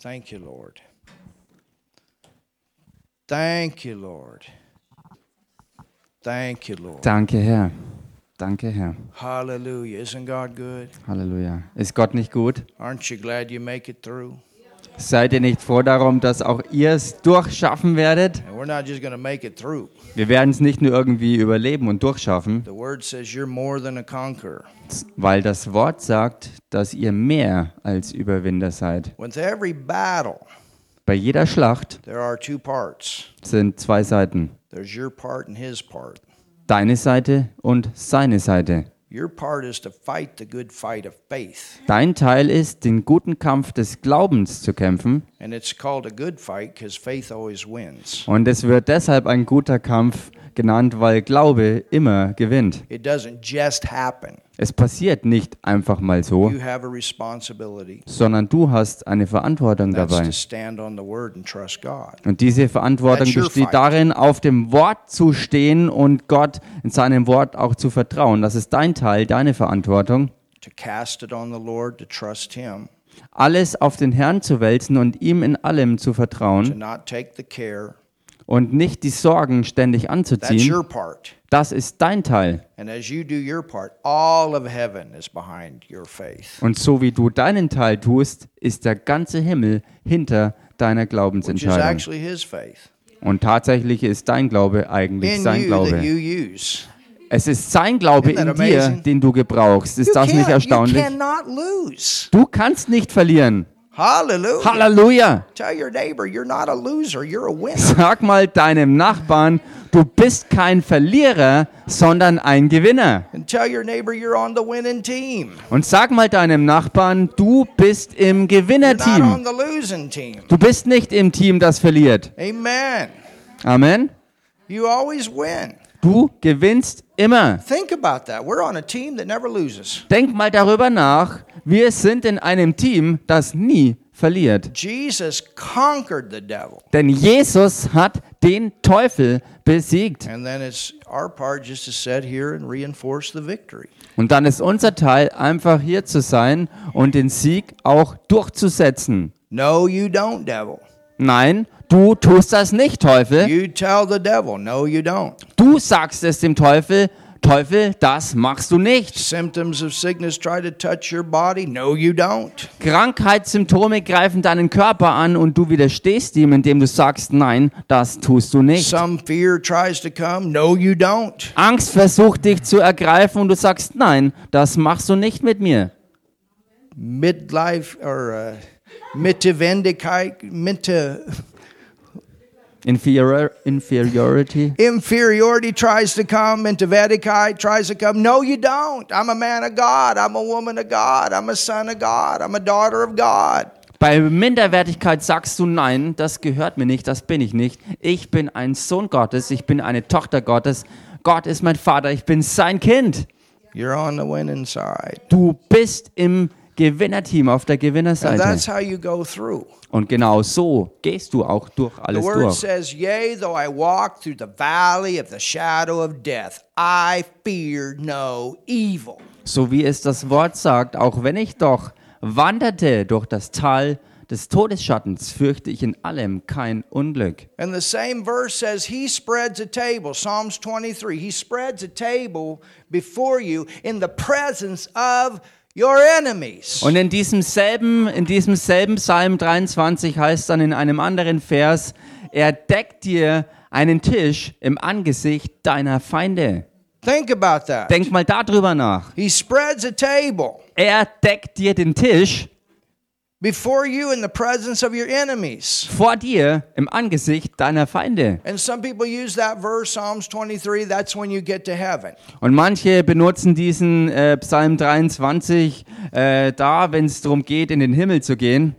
Thank you, Lord. Thank you, Lord. Thank you, Lord. Danke, Herr. Danke, Herr. Hallelujah. Isn't God good? Halleluja. Ist Gott nicht gut? Aren't you glad you make it through? Seid ihr nicht froh darum, dass auch ihr es durchschaffen werdet? And we're not just going to make it through. Wir werden es nicht nur irgendwie überleben und durchschaffen, The word says you're more than a conqueror. weil das Wort sagt, dass ihr mehr als Überwinder seid. With every battle, Bei jeder Schlacht there are two parts sind zwei Seiten. there's your part and his part. Deine Seite und seine Seite. Your part is to fight the good fight of faith. Dein Teil ist, den guten Kampf des Glaubens zu kämpfen. And it's called a good fight because faith always wins. Und es wird deshalb ein guter Kampf genannt, weil Glaube immer gewinnt. It doesn't just happen. Es passiert nicht einfach mal so, You have a responsibility. sondern du hast eine Verantwortung That's dabei. to stand on the word and trust God. Und diese Verantwortung That's your besteht fight. darin, auf dem Wort zu stehen und Gott in seinem Wort auch zu vertrauen. Das ist dein Teil, deine Verantwortung. To cast it on the Lord, to trust Him, Alles auf den Herrn zu wälzen und ihm in allem zu to vertrauen not take the care. und nicht die Sorgen ständig That's anzuziehen, your part. das ist dein Teil. And as you do your part, all of heaven is behind your faith, Und so wie du deinen Teil tust, ist der ganze Himmel hinter deiner which is Glaubensentscheidung. actually His faith Und tatsächlich ist dein Glaube eigentlich in sein you that Glaube. you use. Es ist sein Glaube Isn't in that dir, amazing? den du gebrauchst. Ist You das nicht can't- You erstaunlich? cannot lose. Du kannst nicht verlieren. Hallelujah. Halleluja! Tell your neighbor, you're not a loser, you're a winner. Sag mal deinem Nachbarn, du bist kein Verlierer, sondern ein Gewinner. And tell your neighbor you're on the winning team. Und sag mal deinem Nachbarn, du bist im You're not on Gewinnerteam. the losing team. Du bist nicht im Team, das verliert. Amen. Amen. You always win. Du gewinnst immer. Think about that. We're on a team that never loses. Denk mal darüber nach. Wir sind in einem Team, das nie verliert. Jesus conquered the devil. Denn Jesus hat den Teufel besiegt. And then it's our part just to sit here and reinforce the victory. Und dann ist unser Teil, einfach hier zu sein und den Sieg auch durchzusetzen. No, you don't, devil. Nein, du tust das nicht, Teufel. You tell the devil, no, you don't. Du sagst es dem Teufel, Teufel, das machst du nicht. Symptoms of sickness try to touch your body. No, you don't. Krankheitssymptome greifen deinen Körper an und du widerstehst ihm, indem du sagst, nein, das tust du nicht. Some fear tries to come. No, you don't. Angst versucht dich zu ergreifen und du sagst, nein, das machst du nicht mit mir. midlife or uh, mitivendicite, miti- Inferior, inferiority. inferiority tries to come, mitivendicite tries to come. No, you don't. I'm a man of God. I'm a woman of God. I'm a son of God. I'm a daughter of God. Bei Minderwertigkeit sagst du, nein, das gehört mir nicht, das bin ich nicht. Ich bin ein Sohn Gottes, ich bin eine Tochter Gottes. Gott ist mein Vater, ich bin sein Kind. You're on the winning side. Du bist im Gewinnerteam, auf der And that's Gewinnerseite. how you go through. Und genau so gehst du auch durch The alles word durch. says, Yea, though I walk through the valley of the shadow of death, I fear no evil. So wie es das Wort sagt, auch wenn ich doch wanderte durch das Tal des Todesschattens, fürchte ich in allem kein Unglück. And the same verse says, He spreads a table, Psalms 23. He spreads a table before you in the presence of your enemies. Und in diesem selben, in diesem selben Psalm 23 heißt dann in einem anderen Vers, er deckt dir einen Tisch im Angesicht deiner Feinde. Think about that. Denk mal darüber nach. He spreads a table Er deckt dir den Tisch before you in the presence of your enemies. vor dir im Angesicht deiner Feinde. And some people use that verse, Psalms 23, that's when you get to heaven. Und manche benutzen diesen äh, Psalm 23 äh, da, wenn es darum geht, in den Himmel zu gehen.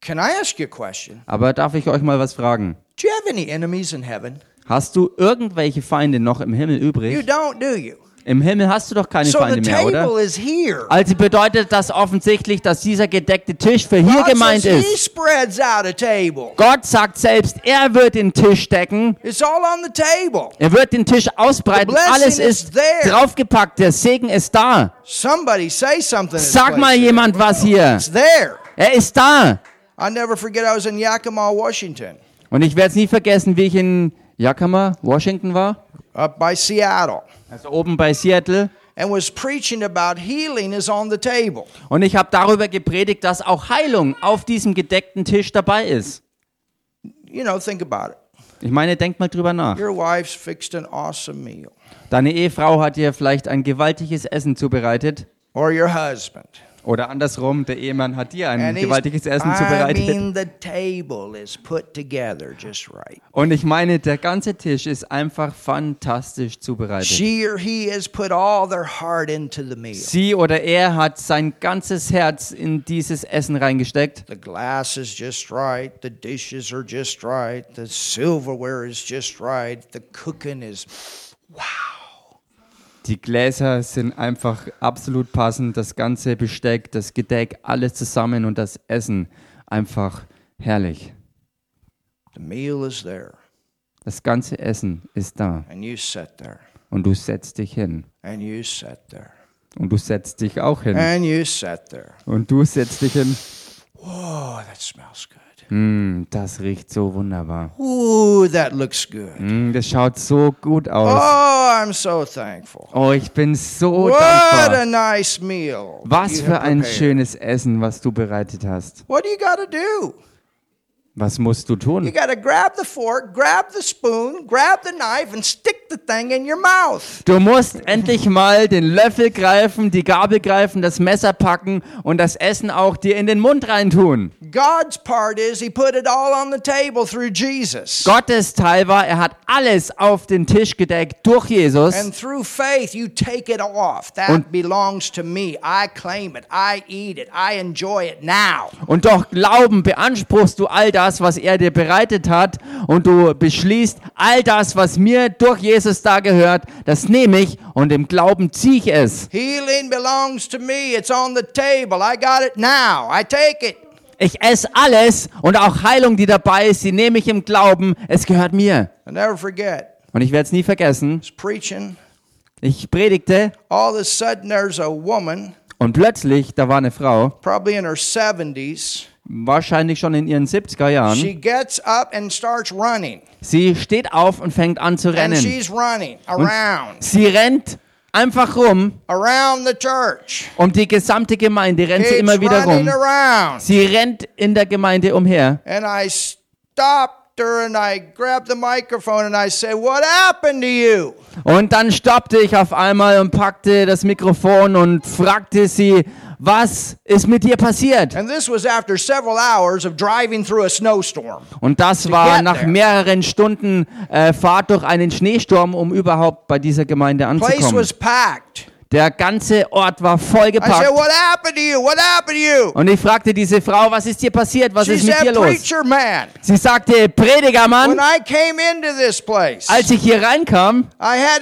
Can I ask you a question? Aber darf ich euch mal was fragen? Do you have any enemies in heaven? Hast du irgendwelche Feinde noch im Himmel You übrig? don't, do you? Im Himmel hast du doch keine So the Feinde mehr, oder? table is here. Also bedeutet das offensichtlich, dass dieser gedeckte Tisch für hier God says gemeint He ist. spreads out a table. Gott sagt selbst, er wird den Tisch decken. It's all on the table. Er wird den Tisch The ausbreiten. blessing Alles is ist there. draufgepackt. Der Segen ist da. Somebody say something. in this Sag mal place. jemand was hier. It's there. Er ist da. I never forget I was in Yakima, Washington, Und ich werde es nie vergessen, wie ich in Yakima, Washington war, up by Seattle, also oben bei Seattle. and was preaching about healing is on the table. Und ich habe darüber gepredigt, dass auch Heilung auf diesem gedeckten Tisch dabei ist. You know, think about it. Ich meine, denk mal drüber nach. Your wife's fixed an awesome meal, Deine Ehefrau hat dir vielleicht ein gewaltiges Essen zubereitet. or your husband. Oder andersrum, der Ehemann hat dir ein And he's- gewaltiges Essen I zubereitet. mean, the table is put together just right. Und ich meine, der ganze Tisch ist einfach fantastisch zubereitet. She or he has put all their heart into the meal. Sie oder er hat sein ganzes Herz in dieses Essen reingesteckt. The glass is just right. The dishes are just right. The silverware is just right. The cooking is. Die Gläser sind einfach absolut passend, das ganze Besteck, das Gedeck, alles zusammen und das Essen einfach herrlich. The meal is there. Das ganze Essen ist da And you sit there. und du setzt dich hin And you sit there. und du setzt dich auch hin And you sit there. und du setzt dich hin. Whoa, that smells good. Mm, das riecht so wunderbar. Ooh, that looks good. Mm, das schaut so gut aus. Oh, I'm so thankful. Oh, ich bin so What a dankbar. nice meal. Was you für have ein prepared. schönes Essen, was du bereitet hast. What do you got to do? Was musst du You tun? got to grab the fork, grab the spoon, grab the knife, and stick the thing in your mouth. Du musst endlich mal den Löffel greifen, die Gabel greifen, das Messer packen und das Essen auch dir in den Mund reintun. God's part is He put it all on the table through Jesus. Gottes Teil war, er hat alles auf den Tisch gedeckt durch Jesus. And through faith, you take it off. That Und- belongs to me. I claim it. I eat it. I enjoy it now. Und durch Glauben beanspruchst du all das, was er dir bereitet hat. Und du beschließt, all das, was mir durch Jesus da gehört, das nehme ich und im Glauben ziehe ich es. Healing belongs to me. It's on the table. I got it now. I take it. Ich esse alles und auch Heilung, die dabei ist, die nehme ich im Glauben. Es gehört mir. I'll never forget. Und ich werde es nie vergessen. It's preaching. Ich predigte All of a sudden, there's a woman, und plötzlich, da war eine Frau, probably in her 70s. wahrscheinlich schon in ihren 70er She Jahren. gets up and starts running. Sie steht auf und fängt an zu And rennen. she's running around, Sie rennt einfach rum, around the church. um die gesamte Gemeinde rennt sie Keeps immer wieder running rum. around. Sie rennt in der Gemeinde umher. And I stopped her and I grabbed the microphone and I said, What happened to you? Und dann stoppte ich auf einmal und packte das Mikrofon und fragte sie, was ist mit dir passiert? And this was after several hours of driving through a snowstorm. Und das war get nach there. mehreren Stunden äh, Fahrt durch einen Schneesturm, um überhaupt bei dieser Gemeinde Place anzukommen. was packed. Der ganze Ort war I said, vollgepackt. What happened to you? What happened to you? Und ich fragte diese Frau, was ist dir passiert? Was She ist mit said, dir los? Preacher man, Sie sagte, when Predigermann, I came into this place, als ich hier reinkam, I had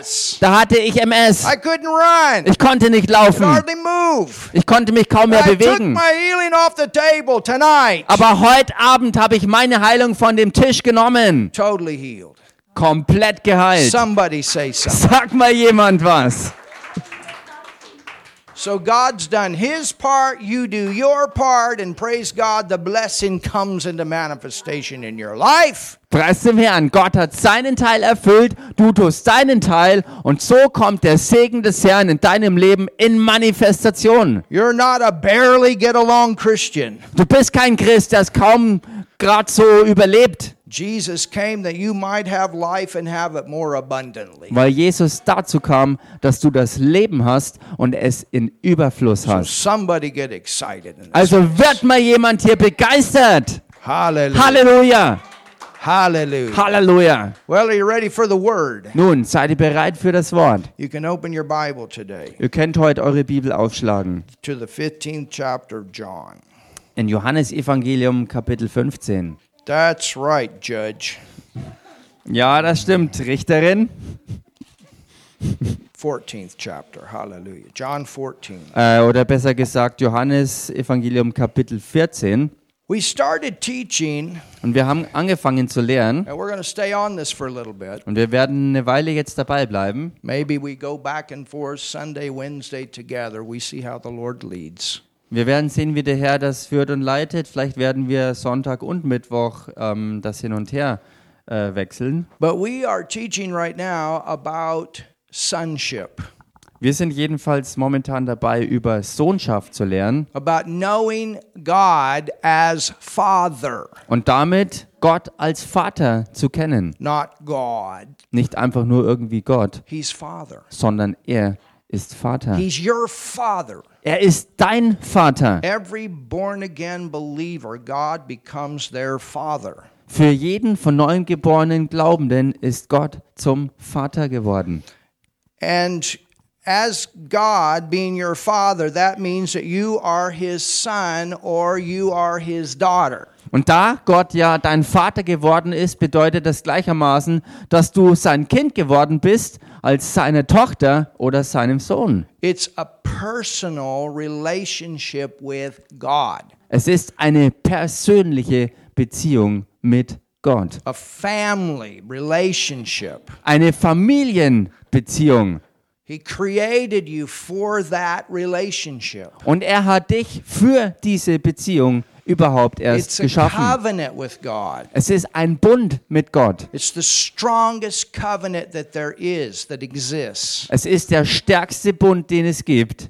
MS. da hatte ich MS. I couldn't run, Ich konnte nicht laufen. hardly move. Ich konnte mich kaum mehr I took bewegen. my healing off the table tonight. Aber heute Abend habe ich meine Heilung von dem Tisch genommen. totally healed. Komplett geheilt. Somebody say something. Sag mal jemand was. So God's done his part, you do your part, and praise God, the blessing comes into manifestation in your life. Preis dem Herrn. Gott hat seinen Teil erfüllt, du tust deinen Teil und so kommt der Segen des Herrn in deinem Leben in Manifestation. You're not a barely get along Christian. Du bist kein Christ, der es kaum gerade so überlebt, Jesus came that you might have life and have it more abundantly. weil Jesus dazu kam, dass du das Leben hast und es in Überfluss hast. Somebody get excited. In this. Also wird mal jemand hier begeistert. Hallelujah. Halleluja, Hallelujah. Halleluja. Well, are you ready for the word? Nun, seid ihr bereit für das Wort? You can open your Bible today Ihr könnt heute eure Bibel aufschlagen. to the 15th chapter of John. In Johannes Evangelium Kapitel 15. That's right, Judge. Ja, das stimmt, Richterin. 14th chapter. Hallelujah. John 14. Äh, oder besser gesagt, Johannes Evangelium Kapitel 14. We started teaching, Und wir haben angefangen zu lernen. and we're going to stay on this for a little bit. Und wir werden eine Weile jetzt dabei bleiben. Maybe we go back and forth Sunday, Wednesday together. We see how the Lord leads. Wir werden sehen, wie der Herr das führt und leitet. Vielleicht werden wir Sonntag und Mittwoch ähm, das hin und her äh, wechseln. But we are teaching right now about sonship, Wir sind jedenfalls momentan dabei, über Sohnschaft zu lernen about knowing God as Father, und damit Gott als Vater zu kennen. not God. Nicht einfach nur irgendwie Gott, He's Father. sondern er ist Vater. He's your Father. Er ist dein Vater. Every born again believer, God becomes their Father. Für jeden von neuem geborenen Glaubenden ist Gott zum Vater geworden. And as God being your father, that means that you are his son or you are his daughter. Und da Gott ja dein Vater geworden ist, bedeutet das gleichermaßen, dass du sein Kind geworden bist als seine Tochter oder seinem Sohn. It's a personal relationship with God, Es ist eine persönliche Beziehung mit Gott, a family relationship. eine Familienbeziehung. He created you for that relationship. Und er hat dich für diese Beziehung überhaupt erst It's a geschaffen. covenant with God. Es ist ein Bund mit Gott. It's the strongest covenant that there is, that exists. Es ist der stärkste Bund, den es gibt.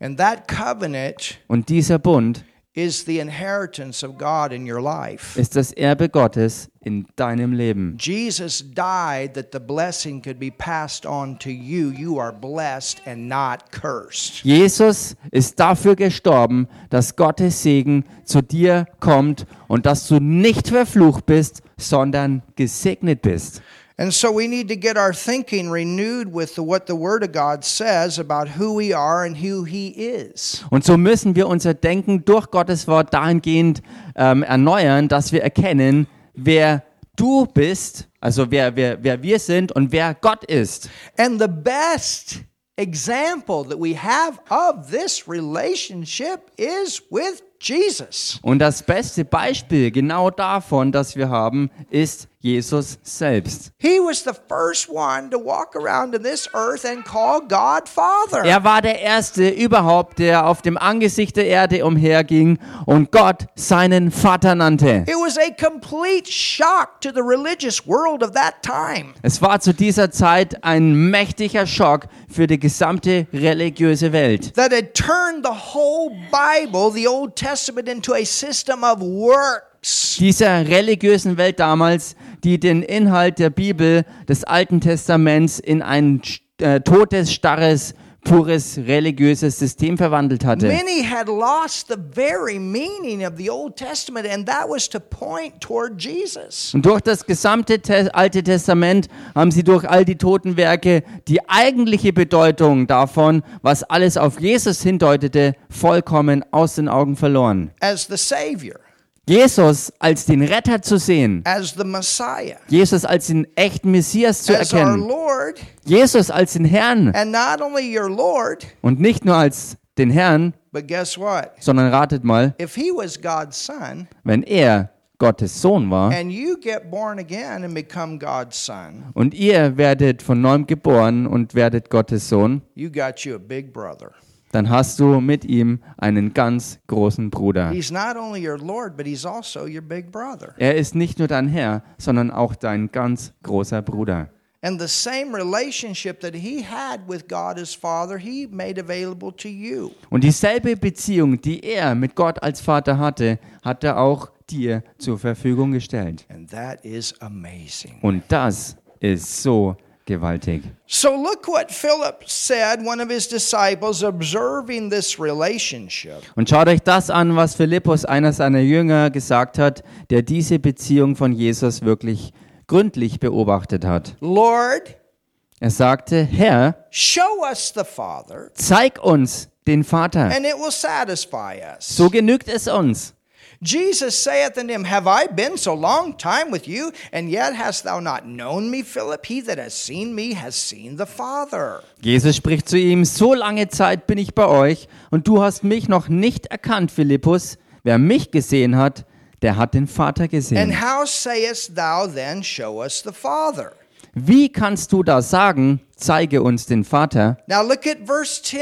And that covenant Und dieser Bund is the inheritance of God in your life. ist das Erbe Gottes in deinem Leben. Jesus died that the blessing could be passed on to you. You are blessed and not cursed. Jesus ist dafür gestorben, dass Gottes Segen zu dir kommt und dass du nicht verflucht bist, sondern gesegnet bist. And so we need to get our thinking renewed with the, what the Word of God says about who we are and who He is. Und so müssen wir unser Denken durch Gottes Wort dahingehend ähm, erneuern, dass wir erkennen, wer du bist, also wer, wer, wer wir sind und wer Gott ist. And the best example that we have of this relationship is with Jesus. Und das beste Beispiel genau davon, das wir haben, ist Jesus selbst. He was the first one to walk around in this earth and call God Father. Er war der Erste überhaupt, der auf dem Angesicht der Erde umherging und Gott seinen Vater nannte. It was a complete shock to the religious world of that time. Es war zu dieser Zeit ein mächtiger Schock für die gesamte religiöse Welt. that had turned the whole Bible, the Old Testament, into a system of works. dieser religiösen Welt damals, die den Inhalt der Bibel des Alten Testaments in ein äh, totes, starres, pures religiöses System verwandelt hatte. Many had lost the very meaning of the Old Testament, and that was to point toward Jesus. Und durch das gesamte Te Alte Testament haben sie durch all die toten Werke die eigentliche Bedeutung davon, was alles auf Jesus hindeutete, vollkommen aus den Augen verloren. As the Savior, Jesus als den Retter zu sehen, as the Messiah, Jesus als den echten Messias zu as our erkennen, Lord, Jesus als den Herrn and not only your Lord, Und nicht nur als den Herrn, but guess what? sondern ratet mal, If He was God's Son, wenn er Gottes Sohn war and you get born again and become God's Son, und ihr werdet von neuem geboren und werdet Gottes Sohn, you got you a big brother. dann hast du mit ihm einen ganz großen Bruder. He's not only your Lord, but He's also your big brother. Er ist nicht nur dein Herr, sondern auch dein ganz großer Bruder. And the same relationship that he had with God as Father, he made available to you. Und dieselbe Beziehung, die er mit Gott als Vater hatte, hat er auch dir zur Verfügung gestellt. And that is amazing. Und das ist so gewaltig. So look what Philip said, one of his disciples, observing this relationship. Und schaut euch das an, was Philippus, einer seiner Jünger, gesagt hat, der diese Beziehung von Jesus wirklich gründlich beobachtet hat. Lord, Er sagte, Herr, show us the Father, zeig uns den Vater, and it will satisfy us. so genügt es uns. Jesus saith unto him, Have I been so long time with you, and yet hast thou not known me, Philip? He that has seen me has seen the Father. Jesus spricht zu ihm, so lange Zeit bin ich bei euch und du hast mich noch nicht erkannt, Philippus. Wer mich gesehen hat, der hat den Vater And gesehen. how sayest thou then, Show us the Father? Wie kannst du da sagen, zeige uns den Vater. Now look at verse 10.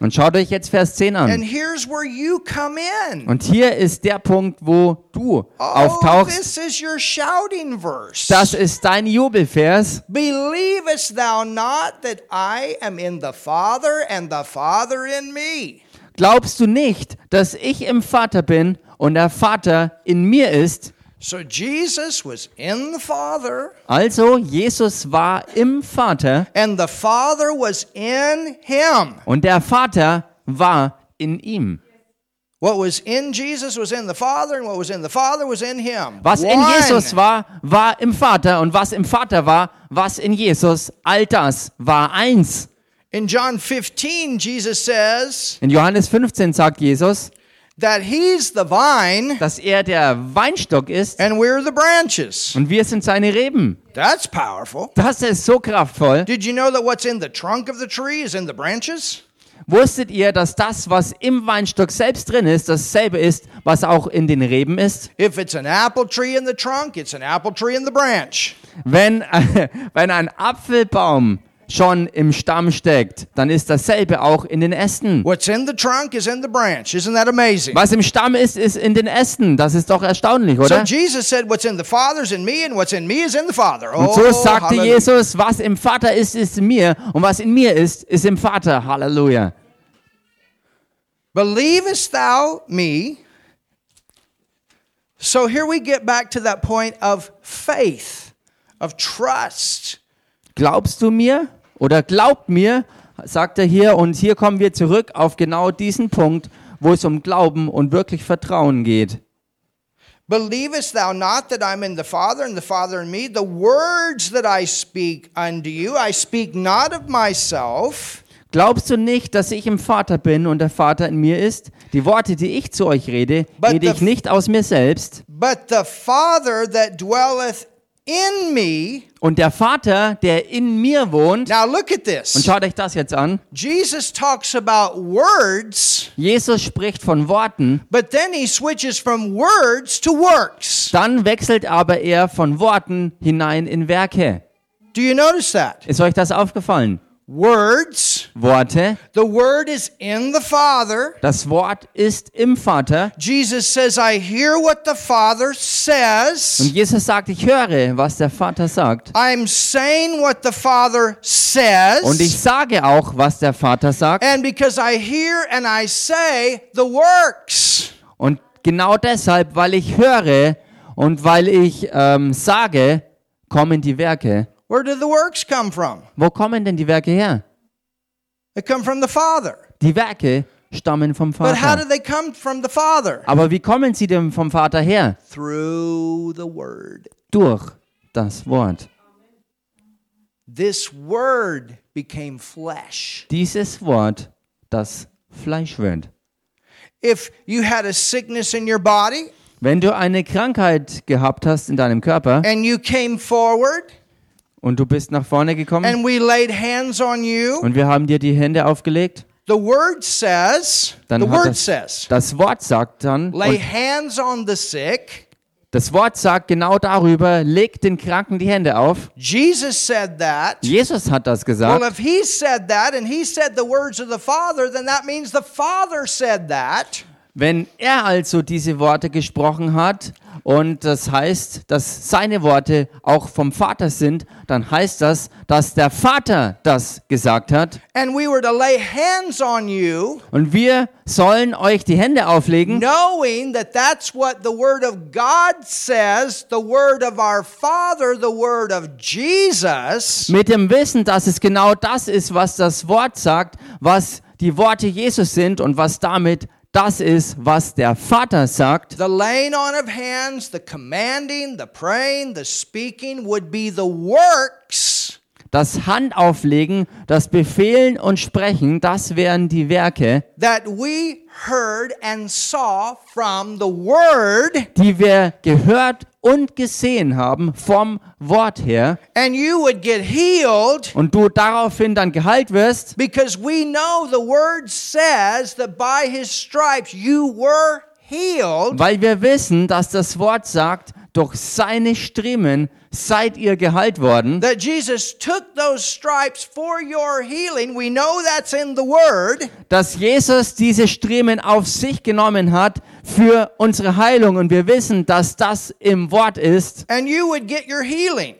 Und schaut euch jetzt Vers 10 And an. here's where you come in. Und hier ist der Punkt, wo du Oh, auftauchst. this is your shouting verse. Das ist dein Jubelvers. Believest thou not that I am in the Father and the Father in me? Glaubst du nicht, dass ich im Vater bin und der Vater in mir ist? So Jesus was in the Father, Also, Jesus war im Vater and the Father was in him. und der Vater war in ihm. What was in Jesus was in the Father, and what was in the Father was in him. Was in One. Jesus war, war im Vater und was im Vater war, was in Jesus, all das war eins. In John 15, Jesus says In Johannes 15 sagt Jesus, that he's the vine dass er der Weinstock ist and we're the branches. und wir sind seine Reben. That's powerful. Das ist so kraftvoll. Did you know that what's in the trunk of the tree is in the branches? Wusstet ihr, dass das, was im Weinstock selbst drin ist, dasselbe ist, was auch in den Reben ist? If it's an apple tree in the trunk, it's an apple tree in the branch. Wenn, wenn ein Apfelbaum schon im Stamm steckt, dann ist dasselbe auch in den Ästen. What's in the trunk is in the branch. Isn't that amazing? Was im Stamm ist, ist in den Ästen. Das ist doch erstaunlich, So oder? Jesus said, What's in the Father's in me, and what's in me is in the Father. Oh, Und so sagte hallelujah. Jesus, was im Vater ist, ist in mir und was in mir ist, ist im Vater. Halleluja. Believest thou me? So here we get back to that point of faith, of trust. Glaubst du mir oder glaubt mir, sagt er hier. Und hier kommen wir zurück auf genau diesen Punkt, wo es um Glauben und wirklich Vertrauen geht. Believest thou not that I'm in the Father and the Father in me? The words that I speak unto you, I speak not of myself, Glaubst du nicht, dass ich im Vater bin und der Vater in mir ist? Die Worte, die ich zu euch rede, But rede the- ich nicht aus mir selbst. but the Father that dwelleth in me. Und der Vater, der in mir wohnt, Now look at und this. schaut euch das jetzt an. Jesus talks about words, Jesus spricht von Worten, but then he switches from words to works. dann wechselt aber er von Worten hinein in Werke. Do you notice that? Ist euch das aufgefallen? Words, Worte, the word is in the Father. das Wort ist im Vater. Jesus says, I hear what the Father Und says. Jesus sagt, ich höre, was der Vater sagt. I'm saying what the Father Und ich says. sage auch, was der Vater sagt. And because I hear and I say the works. Und genau deshalb, weil ich höre und weil ich ähm, sage, kommen die Werke. Where do the works come from? Wo kommen denn die Werke her? They come from the Father. Die Werke stammen vom But how do Vater. they come from the Father? Aber wie kommen sie denn vom Vater her? Through the Word. Durch das Wort. This Word became flesh. dieses Wort, das Fleisch wird. If you had a sickness in your body Wenn du eine Krankheit gehabt hast in deinem Körper and you came forward und du bist nach vorne gekommen and we laid hands on you, und wir haben dir die Hände aufgelegt, the Word says, dann the hat Word das, says, das Wort sagt dann, lay und hands on the sick. das Wort sagt genau darüber, legt den Kranken die Hände auf. Jesus said that. Jesus hat das Well, gesagt. if he said that and he said the words of the Father, then that means the Father said that. Wenn er also diese Worte gesprochen hat und das heißt, dass seine Worte auch vom Vater sind, dann heißt das, dass der Vater das gesagt hat. And we were to lay hands on you, Und wir sollen euch die Hände auflegen, knowing that that's what the Word of God says, the Word of our Father, the Word of Jesus. mit dem Wissen, dass es genau das ist, was das Wort sagt, was die Worte Jesus sind und was damit das ist, was der Vater sagt. The laying on of hands, the commanding, the praying, the speaking would be the works Das Handauflegen, das Befehlen und Sprechen, das wären die Werke, that we heard and saw from the Word. die wir gehört und gesehen haben vom Wort her. And you would get healed Und du daraufhin dann geheilt wirst, Because we know the word says that by his stripes you were healed. weil wir wissen, dass das Wort sagt, durch seine Striemen seid ihr geheilt worden. That Jesus took those stripes for your healing. We know that's in the Word. dass Jesus diese Striemen auf sich genommen hat für unsere Heilung. Und wir wissen, dass das im Wort ist. And you would get your healing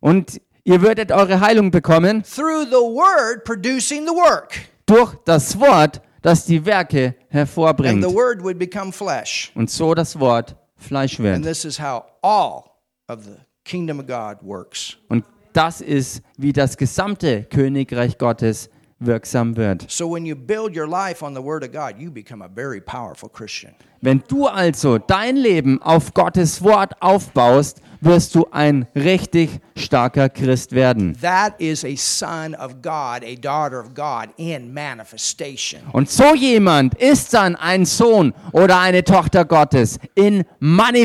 Und ihr würdet eure Heilung bekommen through the Word producing the work. durch das Wort, das die Werke And hervorbringt. the Word would become flesh. Und so das Wort Fleisch And wird. this is how all of the kingdom of God works. Und das ist, wie das gesamte Königreich Gottes wirksam wird. So when you build your life on the Word of God, you become a very powerful Christian. Wenn du also dein Leben auf Gottes Wort aufbaust, wirst du ein richtig starker Christ werden. That is a son of God, a daughter of God in manifestation. Und so jemand ist dann ein Sohn oder eine Tochter Gottes in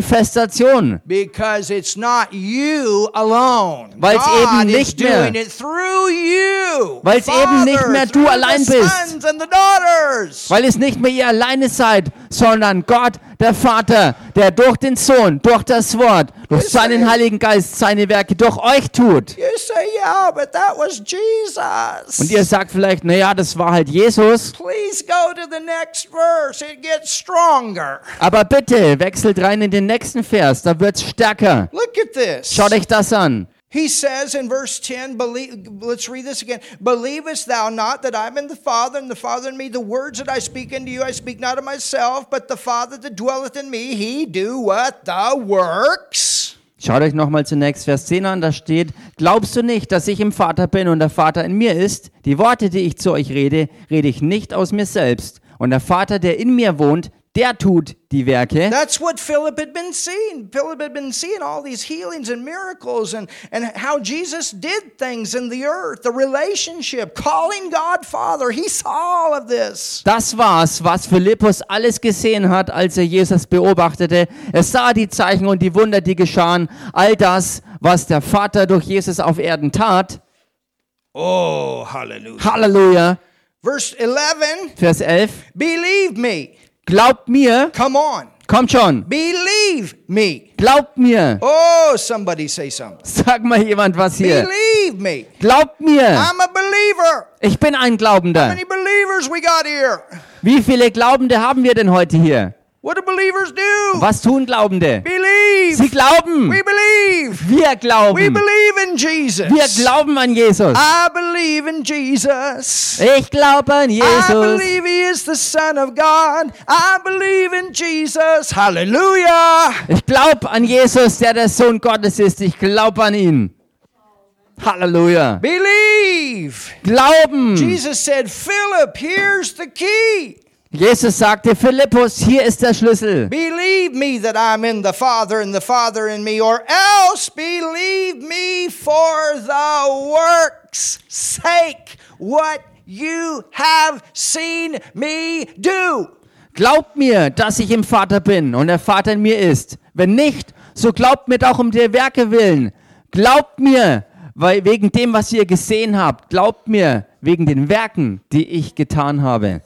Manifestation. Because it's not you alone. Weil es God eben is nicht mehr- doing it through you. Weil es eben nicht Father, mehr du through allein the bist. Sons and the daughters. Weil es nicht mehr ihr alleine seid, sondern Gott, der Vater, der durch den Sohn, durch das Wort, durch seinen Heiligen Geist seine Werke durch euch tut. You say, yeah, but that was Jesus. Und ihr sagt vielleicht, naja, das war halt Jesus. Please go to the next verse. It gets stronger. Aber bitte wechselt rein in den nächsten Vers, da wird's stärker. Look at this. Schaut euch das an. He says in verse 10, believe, let's read this again. Believest thou not that I'm in the Father, and the Father in me? The words that I speak unto you, I speak not of myself, but the Father that dwelleth in me, he do what? The works. Schaut euch nochmal zunächst Vers 10 an, da steht, glaubst du nicht, dass ich im Vater bin und der Vater in mir ist? Die Worte, die ich zu euch rede, rede ich nicht aus mir selbst. Und der Vater, der in mir wohnt, der tut die Werke. That's what Philip had been seeing. Philip had been seeing all these healings and miracles and, and how Jesus did things in the earth, the relationship, calling God Father. He saw all of this. Das war's, was Philippus alles gesehen hat, als er Jesus beobachtete. Er sah die Zeichen und die Wunder, die geschahen. All das, was der Vater durch Jesus auf Erden tat. Oh, hallelujah. Halleluja. Verse 11 Vers 11. Believe me. Glaubt mir. Come on. Kommt schon. Believe me. Glaubt mir. Oh, somebody say something. Sag mal jemand was hier. Believe me. Glaubt mir. I'm a believer. Ich bin ein How Glaubender. many believers we got here? Wie viele Glaubende haben wir denn heute hier? What do believers do? Was tun Glaubende? Sie Believe. glauben. We believe. Wir We glauben. believe in Jesus. Wir glauben an Jesus. I believe in Jesus. Ich glaube an I Jesus. believe he is the Son of God. I believe in Jesus. Hallelujah. Ich glaube an Jesus, der der Sohn Gottes ist. Ich glaube an ihn. Halleluja. Believe. Glauben. Jesus said, Philip, here's the key. Jesus sagte Philippus, hier ist der Schlüssel. Believe me that I'm in the Father and the Father in me, or else believe me for the works' sake, what you have seen me do. Glaubt mir, dass ich im Vater bin und der Vater in mir ist. Wenn nicht, so glaubt mir doch um der Werke willen. Glaubt mir, weil wegen dem, was ihr gesehen habt. Glaubt mir, wegen den Werken, die ich getan habe.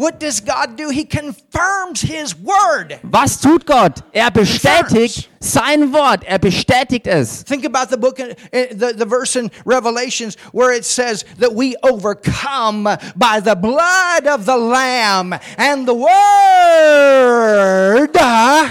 What does God do? He confirms His Word. Was tut Gott? Er bestätigt sein Wort. Er bestätigt es. Think about the book, in, in- the, the verse in Revelations where it says that we overcome by the blood of the Lamb and the word uh,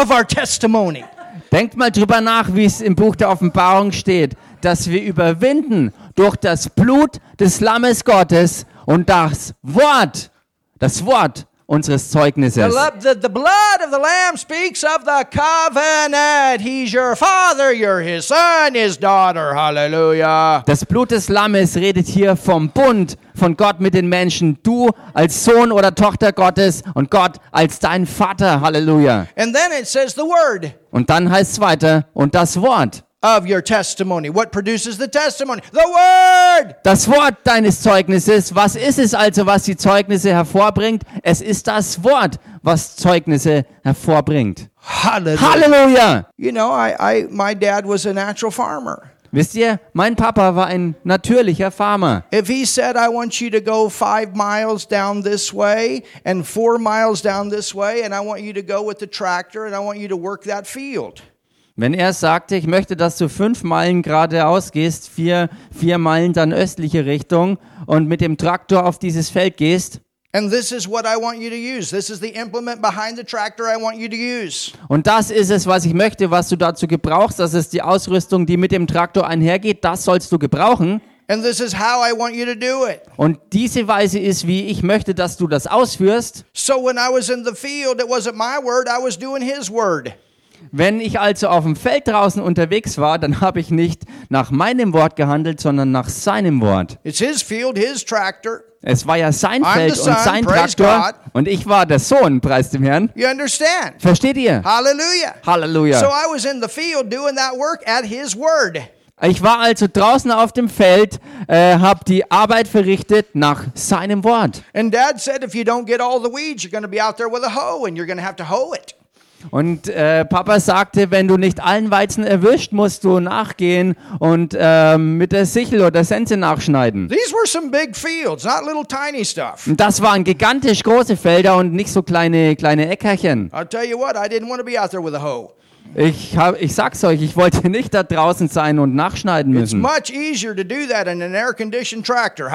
of our testimony. Denkt mal drüber nach, wie es im Buch der Offenbarung steht, dass wir überwinden durch das Blut des Lammes Gottes und das Wort, das Wort unseres The, Zeugnisses. lo- the, the blood of the Lamb speaks of the covenant. He's your father, you're his son, his daughter. Hallelujah. Das Blut des Lammes redet hier vom Bund von Gott mit den Menschen. Du als Sohn oder Tochter Gottes und Gott als dein Vater. Halleluja. And then it says the word Und dann heißt es weiter, und das Wort. of your testimony. What produces the testimony? The word. Das Wort deines Zeugnisses. Was ist es also, was die Zeugnisse hervorbringt? Es ist das Wort, was Zeugnisse hervorbringt. Hallelujah. Halleluja. You know, I, I my dad was a natural farmer. Wisst ihr, mein Papa war ein natürlicher Farmer. If he said, I want you to go five miles down this way and four miles down this way, and I want you to go with the tractor and I want you to work that field. Wenn er sagte, ich möchte, dass du fünf Meilen geradeaus gehst, vier, vier Meilen dann östliche Richtung und mit dem Traktor auf dieses Feld gehst, And this is what I want you to use. This is the implement behind the tractor I want you to use. und das ist es, was ich möchte, was du dazu gebrauchst, das ist die Ausrüstung, die mit dem Traktor einhergeht, das sollst du gebrauchen. And this is how I want you to do it. Und diese Weise ist, wie ich möchte, dass du das ausführst. So when I was in the field, it wasn't my word, I was doing his word. Wenn ich also auf dem Feld draußen unterwegs war, dann habe ich nicht nach meinem Wort gehandelt, sondern nach seinem Wort. It's his field, his tractor. Es war ja sein I'm Feld the und son, sein praise Traktor God. und ich war der Sohn, preis dem Herrn. You understand? Versteht ihr? Hallelujah. Halleluja. So I was in the field doing that work at his word. Ich war also draußen auf dem Feld, äh, habe die Arbeit verrichtet nach seinem Wort. And dad said, if you don't get all the weeds, you're going to be out there with a hoe and you're going to have to hoe it. Und äh, Papa sagte, wenn du nicht allen Weizen erwischt, musst du nachgehen und ähm, mit der Sichel oder Sense nachschneiden. These were some big fields, not little tiny stuff. Und das waren gigantisch große Felder und nicht so kleine, kleine Äckerchen. I'll tell you what, I didn't want to be out there with a hoe. Ich, hab, ich sag's euch, ich wollte nicht da draußen sein und nachschneiden It's müssen. much easier to do that in an air conditioned tractor. Es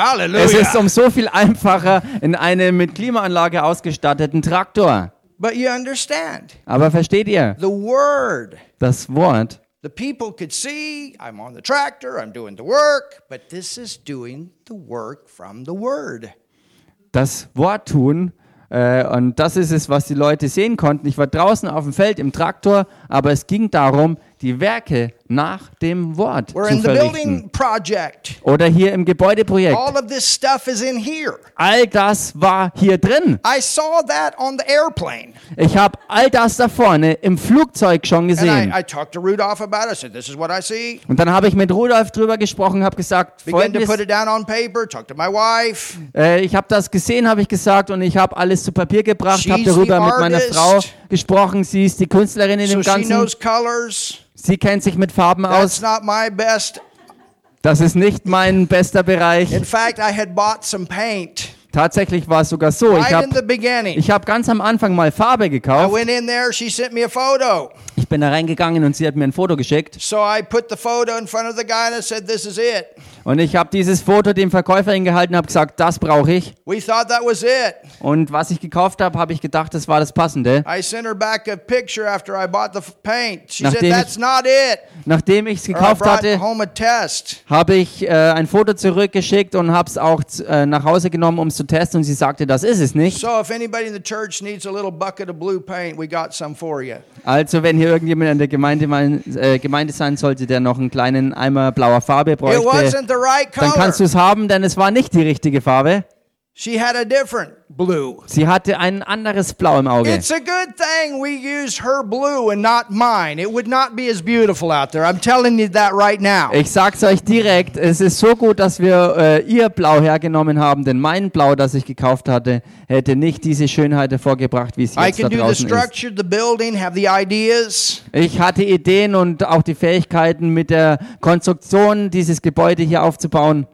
ist Hallelujah. um so viel einfacher in einem mit Klimaanlage ausgestatteten Traktor. But you understand Aber versteht ihr, the word. das Wort The people could see I'm on the tractor, I'm doing the work, but this is doing the work from the word. das Wort tun. Äh, und das ist es, was die Leute sehen konnten. Ich war draußen auf dem Feld im Traktor, aber es ging darum, die Werke nach dem Wort We're zu in the verrichten. building project. Oder hier im Gebäudeprojekt. All of this stuff is in here. All das war hier drin. I saw that on the airplane. Ich habe all das da vorne im Flugzeug schon And gesehen. I, I talked to Rudolph about it. I said, This is what I see. Und dann habe ich mit Rudolf drüber gesprochen, habe gesagt, Began to folgendes, put it down on paper, talked to my wife. äh, ich habe das gesehen, habe ich gesagt, und ich habe alles zu Papier gebracht, habe She's the darüber mit meiner artist. Frau gesprochen. Sie ist die Künstlerin in So dem she Ganzen. knows colors. Sie kennt sich mit Farben aus. That's not my best. Das ist nicht mein bester Bereich. In fact, I had bought some paint Tatsächlich war es sogar so. Ich right in the habe beginning. ich hab ganz am Anfang mal Farbe I gekauft. went in there, she sent me a photo. Ich bin da reingegangen und sie hat mir ein Foto geschickt. So I put the photo in front of the guy and I said, This is it. Und ich habe dieses Foto dem Verkäufer hingehalten und habe gesagt, das brauche ich. We thought that was it. Und was ich gekauft habe, habe ich gedacht, das war das Passende. I sent her back a picture after I bought the f- paint. She Nachdem said, ich- That's not it. Nachdem ich es Or I gekauft brought hatte, home a test. habe ich äh, ein Foto zurückgeschickt und habe es auch z- äh, nach Hause genommen, um es zu testen. Und sie sagte, das ist es nicht. So if anybody in the church needs a little bucket of blue paint, we got some for you. Also wenn hier irgendjemand in der Gemeinde, mein, äh, Gemeinde sein sollte, der noch einen kleinen Eimer blauer Farbe It bräuchte, wasn't the right dann kannst du color. es haben, denn es war nicht die richtige Farbe. She had a different blue. Sie hatte ein anderes Blau im Auge. It's a good thing we used her blue and not mine. It would not be as beautiful out there. I'm telling you that right now. Ich sag's euch direkt, es ist so gut, dass wir äh, ihr Blau hergenommen haben, denn mein Blau, das ich gekauft hatte, hätte nicht diese Schönheit hervorgebracht, wie es I jetzt da can do the draußen ist. structure, the building, have the ideas. Ich hatte Ideen und auch die Fähigkeiten, mit der Konstruktion dieses Gebäude hier aufzubauen.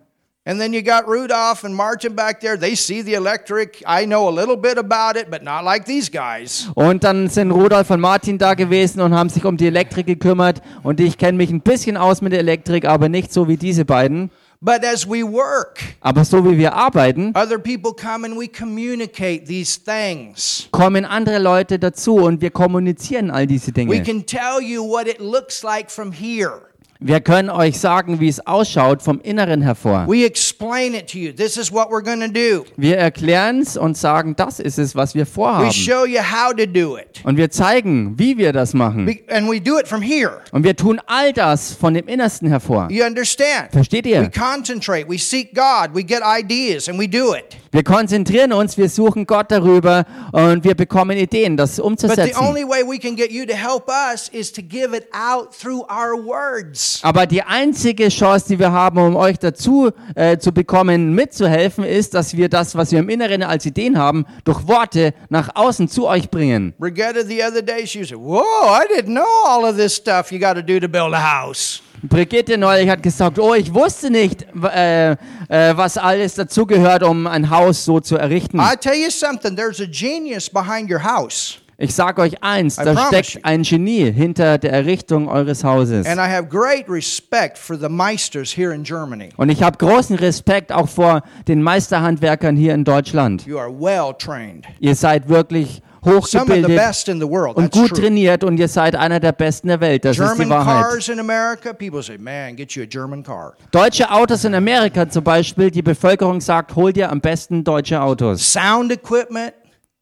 And then you got Rudolph and Martin back there. They see the electric. I know a little bit about it, but not like these guys. Und dann sind Rudolf und Martin da gewesen und haben sich um die Elektrik gekümmert. Und ich kenne mich ein bisschen aus mit der Elektrik, aber nicht so wie diese beiden. But as we work, Aber so wie wir arbeiten, other people come and we communicate these things. kommen andere Leute dazu und wir kommunizieren all diese We Dinge. can tell you what it looks like from here. Wir können euch sagen, wie es ausschaut vom Inneren hervor. We explain it to you. This is what we're going to do. Wir erklären es und sagen, das ist es, was wir We vorhaben. show you how to do it. Und wir zeigen, wie wir das machen. Be- And we do it from here. Und wir tun all das von dem Innersten hervor. You understand? Versteht We ihr? concentrate, we seek God, we get ideas, and we do it. Wir konzentrieren uns, wir suchen Gott darüber und wir bekommen Ideen, But das the umzusetzen. only way we can get you to help us is to give it out through our words. Aber die einzige Chance, die wir haben, um euch dazu äh, zu bekommen, mitzuhelfen, ist, dass wir das, was wir im Inneren als Ideen haben, durch Worte nach außen zu euch bringen. Brigetta the other day, she said, Whoa, I didn't know all of this stuff you got to do to build a house. Brigitte neulich hat gesagt, oh, ich wusste nicht, w- äh, äh, was alles dazugehört, um ein Haus so zu errichten. I tell you something, there's a genius behind your house. Ich sage euch eins, I da promise you. steckt ein Genie hinter der Errichtung eures Hauses. And I have great respect for the Meisters here in Germany. Und ich habe großen Respekt auch vor den Meisterhandwerkern hier in Deutschland. You are well trained. Ihr seid wirklich Some of the hochgebildet best in the world. und That's gut true. trainiert und ihr seid einer der besten der Welt. Das ist German die Wahrheit. cars in America, people say, man, get you a German car. Deutsche Autos in Amerika zum Beispiel, die Bevölkerung sagt, hol dir am besten deutsche Autos. Sound equipment.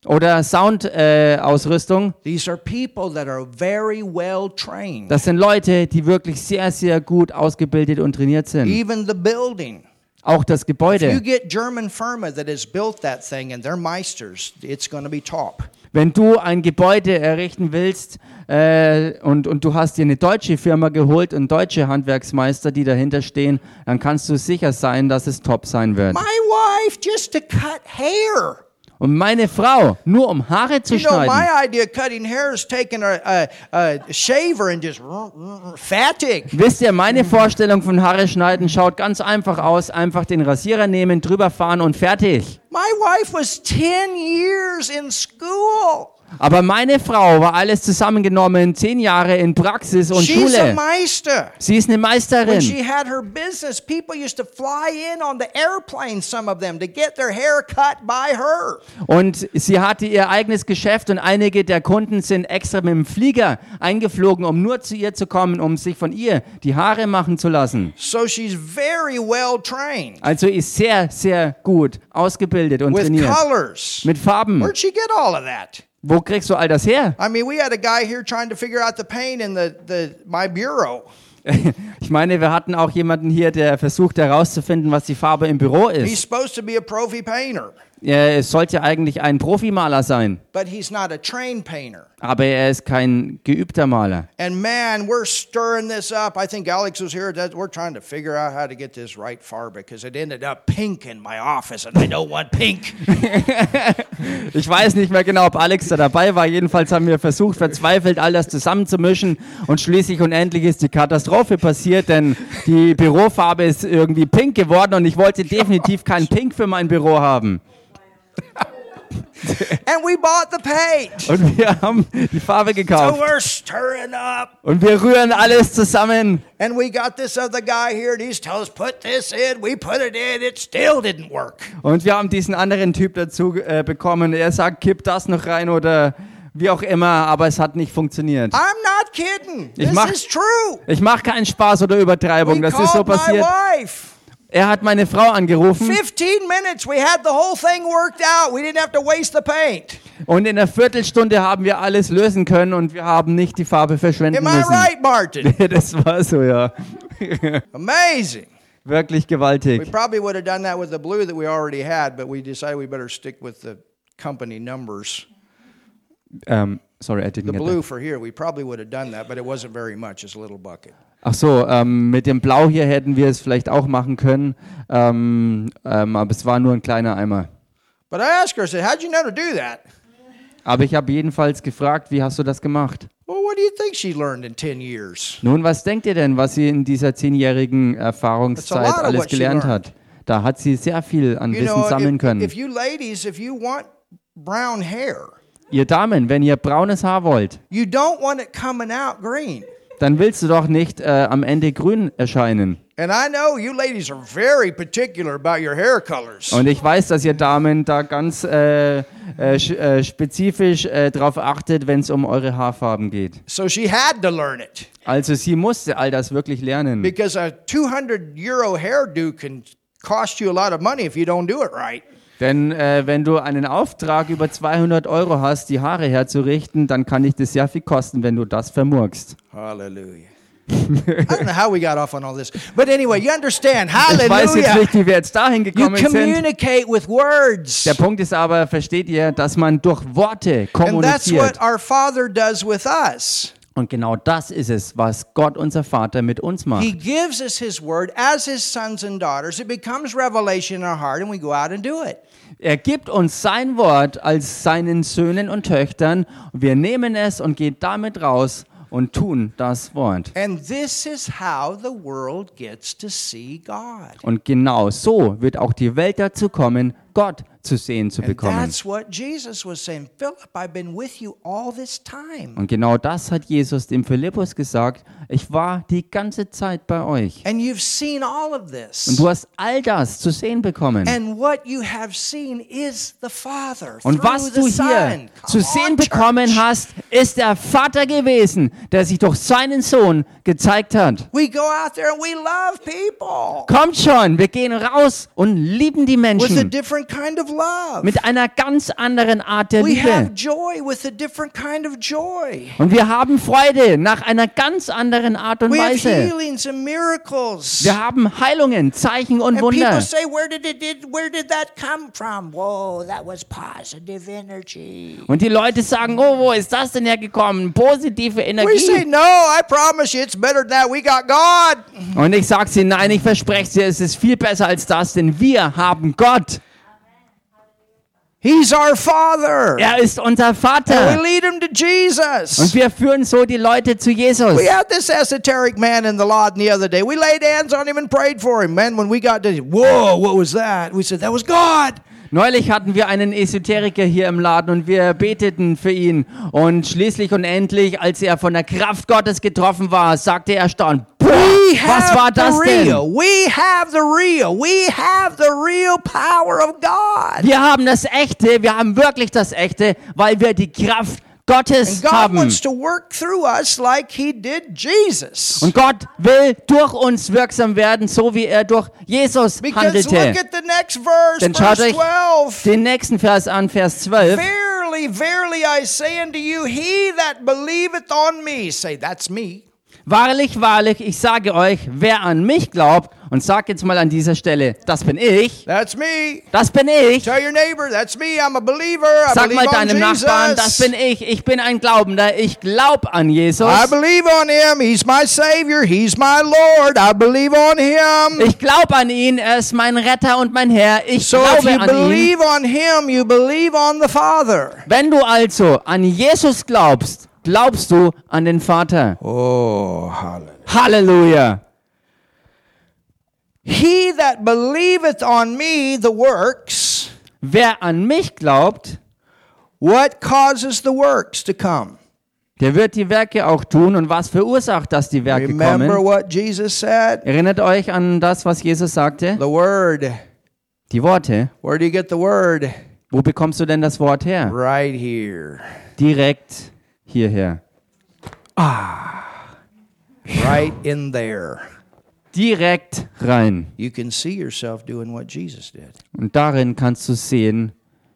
Oder Soundausrüstung. Äh, Ausrüstung. These are people that are very well trained. das sind Leute, die wirklich sehr, sehr gut ausgebildet und trainiert sind. Even the building. Auch das If you Gebäude. get German firma that has built that thing and they're Meisters, it's going to be top. Wenn du ein Gebäude errichten willst äh, und, und du hast dir eine deutsche Firma geholt und deutsche Handwerksmeister, die dahinter stehen, dann kannst du sicher sein, dass es top sein wird. My wife just to cut hair. Und meine Frau, nur um Haare zu You know, schneiden. my idea of cutting hair is taking a, a, a shaver and just fatig. Wisst ihr, meine Vorstellung von Haare schneiden schaut ganz einfach aus. Einfach den Rasierer nehmen, drüber fahren und fertig. My wife was 10 years in school. Aber meine Frau war alles zusammengenommen, zehn Jahre in Praxis und She's a Schule. Meister. Sie ist eine When Meisterin. she had her business, people used to fly in on the airplane, some of them, to get their hair cut by her. Und sie hatte ihr eigenes Geschäft und einige der Kunden sind extra mit dem Flieger eingeflogen, um nur zu ihr zu kommen, um sich von ihr die Haare machen zu lassen. So she's very well trained Also ist sehr, sehr gut ausgebildet und with trainiert. colors. Mit Farben. Where'd she get all of that? Wo kriegst du all das her? I mean, we had a guy here trying to figure out the paint in the, the my bureau. Ich meine, wir hatten auch jemanden hier, der versucht herauszufinden, was die Farbe im Büro He's ist. supposed to be a profi painter, Er sollte eigentlich ein Profimaler sein, but he's not a trained painter. aber er ist kein geübter Maler. And man, we're stirring this up. I think Alex was here. That we're trying to figure out how to get this right far because it ended up pink in my office, and I don't want pink. Ich weiß nicht mehr genau, ob Alex da dabei war. Jedenfalls haben wir versucht, verzweifelt all das zusammenzumischen. Und schließlich und endlich ist die Katastrophe passiert, denn die Bürofarbe ist irgendwie pink geworden und ich wollte definitiv kein Pink für mein Büro haben. and we bought the paint. Und wir haben die Farbe So gekauft. we're stirring up. Und wir rühren alles zusammen. And we got this other guy here, and he's telling us, put this in. We put it in. It still didn't work. Und wir haben diesen anderen Typ dazu äh, bekommen. Er sagt, kipp das noch rein oder wie auch immer, aber es hat nicht funktioniert. I'm not kidding. This mach- is true. Ich mache keinen Spaß oder Übertreibung. We Das ist so called my passiert. wife. Er hat meine Frau angerufen. 15 minutes, we had the whole thing worked out. We didn't have to waste the paint. Und in einer Viertelstunde haben wir alles lösen können und wir haben nicht die Farbe verschwenden Am I müssen. right, Martin? Das war so, ja. Amazing. Wirklich We gewaltig. probably would have done that with the blue that we already had, but we decided we better stick with the company numbers. Ähm, sorry, I The didn't get that. blue for here, we probably would have done that, but it wasn't very much. It's a little bucket. Ach so, ähm, mit dem Blau hier hätten wir es vielleicht auch machen können, ähm, ähm, aber es war nur ein kleiner Eimer. But I asked her, I said, How'd you know to do that? Aber ich habe jedenfalls gefragt, wie hast du das gemacht? Well, what do you think she learned in 10 years? Nun, was denkt ihr denn, was sie in dieser zehnjährigen That's a Erfahrungszeit lot of alles what she gelernt learned. hat? Da hat sie sehr viel an You Wissen know, sammeln if, können. if you ladies, if you want brown hair, ihr Damen, wenn ihr braunes Haar wollt, you don't want it coming out green. dann willst du doch nicht äh, am Ende grün erscheinen. And I know you ladies are very particular about your hair colors. Und ich weiß, dass ihr Damen da ganz äh, äh, sch- äh, spezifisch äh, darauf achtet, wenn es um eure Haarfarben geht. So she had to learn it Also sie musste all das wirklich lernen. because a 200 euro hairdo can cost you a lot of money if you don't do it right. Denn äh, wenn du einen Auftrag über 200 Euro hast, die Haare herzurichten, dann kann dich das sehr viel kosten, wenn du das vermurkst. Hallelujah. I don't know how we got off on all this. But anyway, you understand. Ich weiß jetzt Hallelujah. nicht, wie wir jetzt dahin You gekommen sind. communicate with words. Der Punkt ist aber, versteht ihr, dass man durch Worte And that's what kommuniziert. our Father does with us. Und genau das ist es, was Gott, unser Vater, mit uns He macht. gives us His Word as His sons and daughters. It becomes revelation in our heart, and we go out and do it. Er gibt uns sein Wort als seinen Söhnen und Töchtern. Wir nehmen es und gehen damit raus und tun das Wort. And this is how the world gets to see God. Und genau so wird auch die Welt dazu kommen, Gott zu sehen zu And bekommen. that's what Jesus was saying. Philip, I've been with you all this time. Und genau das hat Jesus dem Philippus gesagt. Ich war die ganze Zeit bei euch. And you've seen all of Und this. du hast all das zu sehen bekommen. And what you have seen is the Father. Und through was the du hier Son. Come zu on, sehen church. bekommen hast, ist der Vater gewesen, der sich durch seinen Sohn gezeigt hat. We go out there and we love people Kommt schon, wir gehen raus und lieben die with a Menschen different kind of love. mit einer ganz anderen Art der We have Liebe. joy with a different kind of joy. Und wir haben Freude nach einer ganz anderen Art und We have Weise. healings and miracles. Wir haben Heilungen, Zeichen und And people Wunder. say, where did it did where did that come from? Whoa, that was positive energy. Und die Leute sagen, oh, wo ist das denn hergekommen? Positive We say, Energie. no, I promise you, it's better than that. We got God. Und ich sage sie, nein, ich verspreche dir, es ist viel besser als das, denn wir haben Gott. He's our Father. Er ist unser And Vater. we lead him to Und Jesus. wir führen so die Leute zu Jesus. We had this esoteric man in the lot the other day. We laid hands on him and prayed for him. Man, when we got to, whoa, what was that? We said, that was God. Neulich hatten wir einen Esoteriker hier im Laden und wir beteten für ihn. Und schließlich und endlich, als er von der Kraft Gottes getroffen war, sagte er erstaunt, "Boah, We was war have das the denn? real. We have the real. We have the real power of God. Wir haben das Echte, wir haben wirklich das Echte, weil wir die Kraft Gottes God haben. wants to work through us like He did Jesus. Und Gott will durch uns wirksam werden, so wie er durch Jesus Because handelte. look at the next verse, Denn schaut verse euch 12. den nächsten Vers an, Vers 12. Verily, verily, I say unto you, he that believeth on me, say, that's me. Wahrlich, wahrlich, ich sage euch, wer an mich glaubt, und sag jetzt mal an dieser Stelle, das bin ich, That's me. das bin ich. Tell your neighbor, that's me. I'm a believer. I Sag mal believe on deinem Jesus. Nachbarn, das bin ich, ich bin ein Glaubender, ich glaub an Jesus. I believe on him. He's my Savior. He's my Lord. I believe on him. Ich glaub an ihn, er ist mein Retter und mein Herr, ich So if glaube you an ihn. believe on him, you believe on the Father. Wenn du also an Jesus glaubst, glaubst du an den Vater. Oh, hallelujah. Halleluja. He that believeth on me, the works, Wer an mich glaubt, what causes the works to come? der wird die Werke auch tun und was verursacht, dass die Werke Remember kommen? what Jesus said? Erinnert euch an das, was Jesus sagte? The Word. Die Worte. Where do you get the Word? Wo bekommst du denn das Wort her? Right here. Direkt hierher. Right in there. Direkt rein. You can see yourself doing what Jesus did. Und darin kannst du sehen,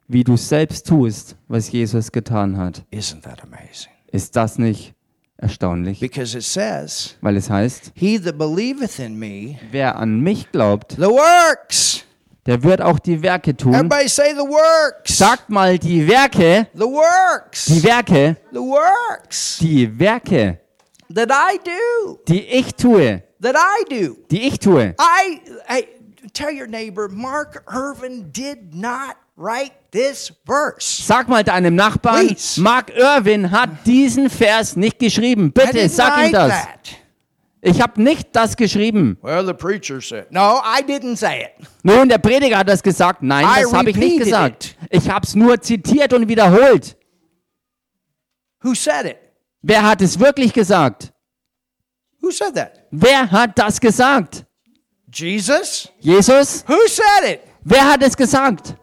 wie du selbst tust, was Jesus getan hat. Isn't that amazing? Ist das nicht erstaunlich? Because it says, Weil es heißt, He that believeth in me, wer an mich glaubt, the works. der wird auch die Werke tun. Everybody say the works. Sagt mal die Werke, The works. die Werke, the works die Werke, that I do. die ich tue, That I do. die ich tue. I, I tell your neighbor, Mark Irvin did not write this verse. Sag mal deinem Nachbarn, Please. Mark Irwin hat diesen Vers nicht geschrieben. I Bitte didn't sag ihm write das. that. Ich habe nicht das geschrieben. Well, the preacher said. No, I didn't say it. Nun, der Prediger hat das gesagt. Nein, I das habe ich nicht repeated gesagt. Ich habe es nur zitiert und wiederholt. Who said it? Wer hat es wirklich gesagt? Who said that? Wer hat das gesagt? Jesus? Jesus? Who said it? Wer hat es gesagt?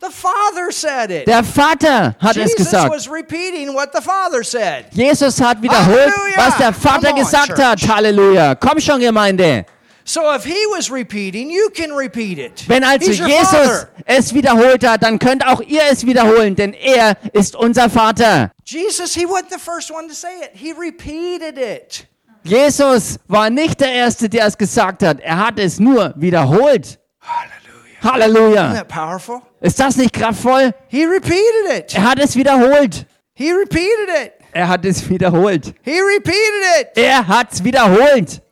The Father said it. Der Vater hat es Jesus gesagt. was repeating what the Father said. Jesus hat wiederholt, Halleluja! was der Vater Come on, gesagt Church. hat. Halleluja. Komm schon, Gemeinde. So if he was repeating, you can repeat it. Wenn also He's your Jesus Father. es wiederholt hat, dann könnt auch ihr es wiederholen, denn er ist unser Vater. Jesus, he wasn't the first one to say it. He repeated it. Jesus war nicht der Erste, der es gesagt hat. Er hat es nur wiederholt. Hallelujah. Isn't Halleluja. that powerful? Ist das nicht kraftvoll? He repeated it. Er hat es wiederholt. He repeated it. Er hat es wiederholt. He repeated it. Er hat es wiederholt.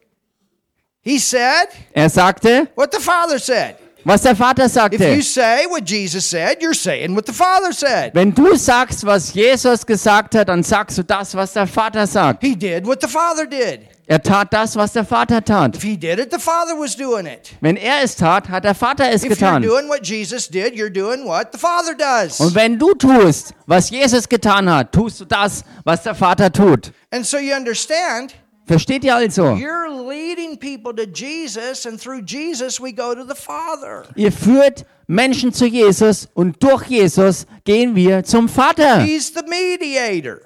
He said Er sagte, what the Father said. was der Vater If you sagte. say what Jesus said, you're saying what the Father said. Wenn du sagst, was Jesus gesagt hat, dann sagst du das, was der Vater sagt. He did what the Father did. Er tat das, was der Vater tat. If he did it, the Father was doing it. Wenn er es tat, hat der Vater es If you're getan. doing what Jesus did, you're doing what the Father Und does. wenn du tust, was Jesus getan hat, tust du das, was der Vater tut. And so you understand, Versteht ihr also? you're leading people to Jesus, and through Jesus, we go to the Father. Ihr führt Menschen zu Jesus und durch Jesus gehen wir zum Vater. He's the mediator.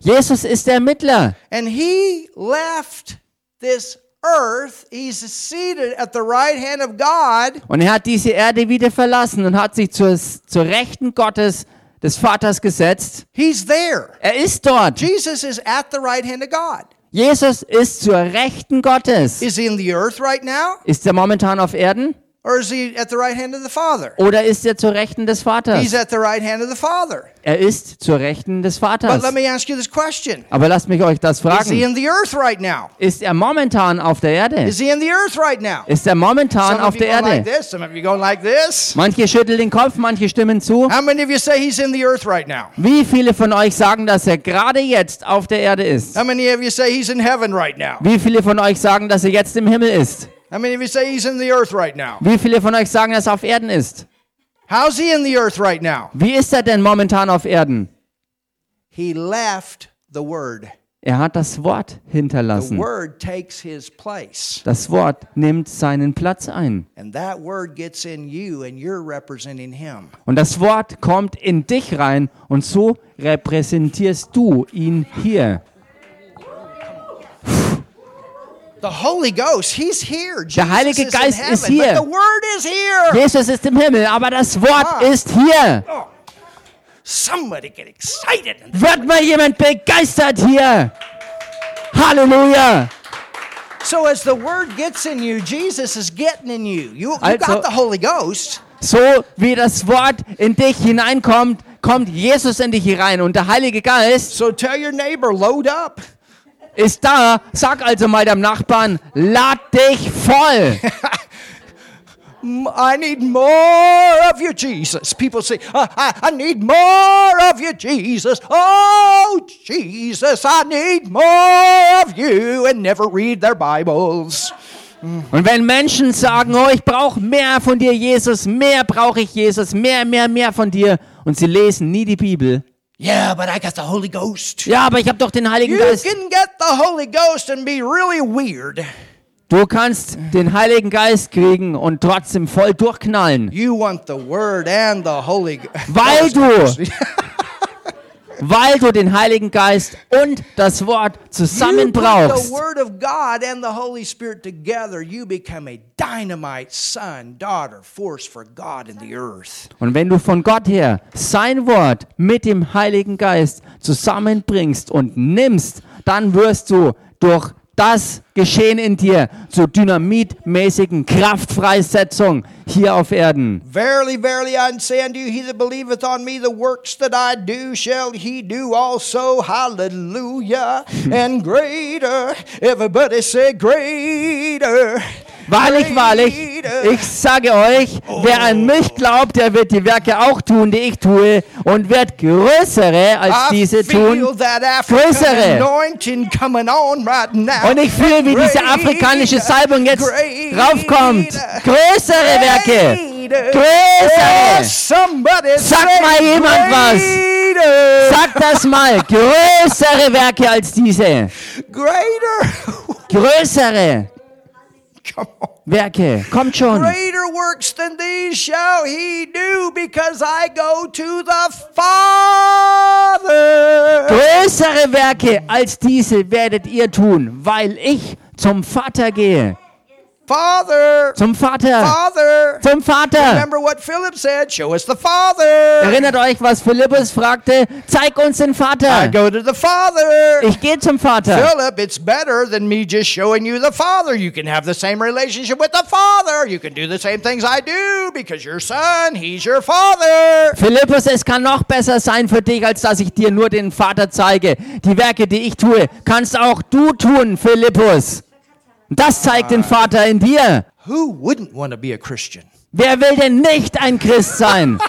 Jesus ist der Mittler. And he left this earth. He's seated at the right hand of God. Und er hat diese Erde wieder verlassen und hat sich zur, zur Rechten Gottes, des Vaters gesetzt. He's there. Er ist dort. Jesus is at the right hand of God. Jesus ist zur Rechten Gottes. Is he in the earth right now? Ist er momentan auf Erden Or is he at the right hand of the Father? oder ist er zur Rechten des He's Vaters? at the right hand of the Father. Er ist zur Rechten des But Vaters. let me ask you this question Aber lasst mich euch das Is he fragen. in the earth right now? Ist er momentan auf der Erde? Is he in the earth right now? Ist er momentan Some auf of you der going like Erde? this. Some of you going like this. Manche schütteln den Kopf, manche stimmen zu. How many of you say he's in the earth right now? Wie viele von euch sagen, dass er gerade jetzt auf der Erde ist? How many of you say he's in heaven right now? Wie viele von euch sagen, dass er jetzt im Himmel ist? How many of you say he's in the earth right now? Wie viele von euch sagen, dass er auf Erden ist? How's he in the earth right now? Wie ist er denn momentan auf Erden? He left the Word. Er hat das Wort The hinterlassen. Word takes his place. Das Wort nimmt seinen Platz ein. And that Word gets in you, and you're representing him. Und das Wort kommt in dich rein und so repräsentierst du ihn hier. The Holy Ghost, he's here. Jesus Heilige is Geist in ist heaven, hier. But the Word is here. Jesus ist im Himmel, aber das Ah. Wort ist hier. Oh, somebody get excited. Wird mal jemand begeistert hier? Halleluja! So as the Word gets in you, Jesus is getting in you. You, you Also- got the Holy Ghost. So wie das Wort in dich hineinkommt, kommt Jesus in dich hinein. Und der Heilige Geist So tell your neighbor, load up. ist da. Sag also mal deinem Nachbarn, lad dich voll. M- I need more of you, Jesus. People say, "Uh, I, I need more of you, Jesus. Oh, Jesus, I need more of you, and never read their Bibles. Und wenn Menschen sagen, oh, ich brauche mehr von dir, Jesus, mehr brauche ich, Jesus, mehr, mehr, mehr von dir. Und sie lesen nie die Bibel. Yeah, but I got the Holy Ghost. Ja, aber ich habe doch den Heiligen You Geist. can get the Holy Ghost and be really weird. Du kannst den Heiligen Geist kriegen und trotzdem voll durchknallen. You want the Word and the Holy G- Weil Ghost. du, weil du den Heiligen Geist und das Wort You zusammen put the brauchst. Word of God and the Holy Spirit together, you become a dynamite son, daughter, force for God in the earth. Und wenn du von Gott her sein Wort mit dem Heiligen Geist zusammenbringst und nimmst, dann wirst du durch das Geschehen in dir zur dynamitmäßigen Kraftfreisetzung hier auf Erden. Verily, verily, I say unto you, he that believeth on me, the works that I do shall he do also. Hallelujah. Hmm. and greater. Everybody say, greater. Wahrlich, wahrlich, ich sage euch, wer Oh. an mich glaubt, der wird die Werke auch tun, die ich tue, und wird größere als I diese tun. feel that African größere. anointing coming on right now. Und ich fühle, wie diese afrikanische Salbung jetzt raufkommt. Größere Werke. Größere. Oh, somebody Sag say mal jemand was. greater. Sag das mal. Größere Werke als diese. Greater. Größere Come on. Werke. Kommt schon. Greater works than these shall he do, because I go to the Father. Größere Werke als diese werdet ihr tun, weil ich zum Vater gehe. Father. Zum Vater. Father. Zum Vater. Remember what Philip said. Show us the Father. Erinnert euch, was Philippus fragte. Zeig uns den I Vater. go to the Father. Ich gehe zum Vater. Philip, it's better than me just showing you the Father. You can have the same relationship with the Father. You can do the same things I do because your son, he's your father. Philippus, es kann noch besser sein für dich, als dass ich dir nur den Vater zeige. Die Werke, die ich tue, kannst auch du tun, Philippus. Das zeigt den Vater in dir. Who wouldn't want to be a Christian? Wer will denn nicht ein Christ sein?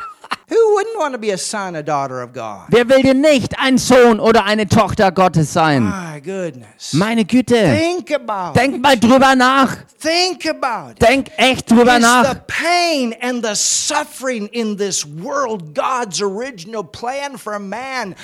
Who wouldn't want to be a son, a daughter of God? Wer will denn nicht ein Sohn oder eine Tochter Gottes sein? My goodness. Meine Güte, Think about it. denk mal drüber nach. Think about it. Denk echt drüber It's nach. the pain and the suffering in this world God's original plan for man?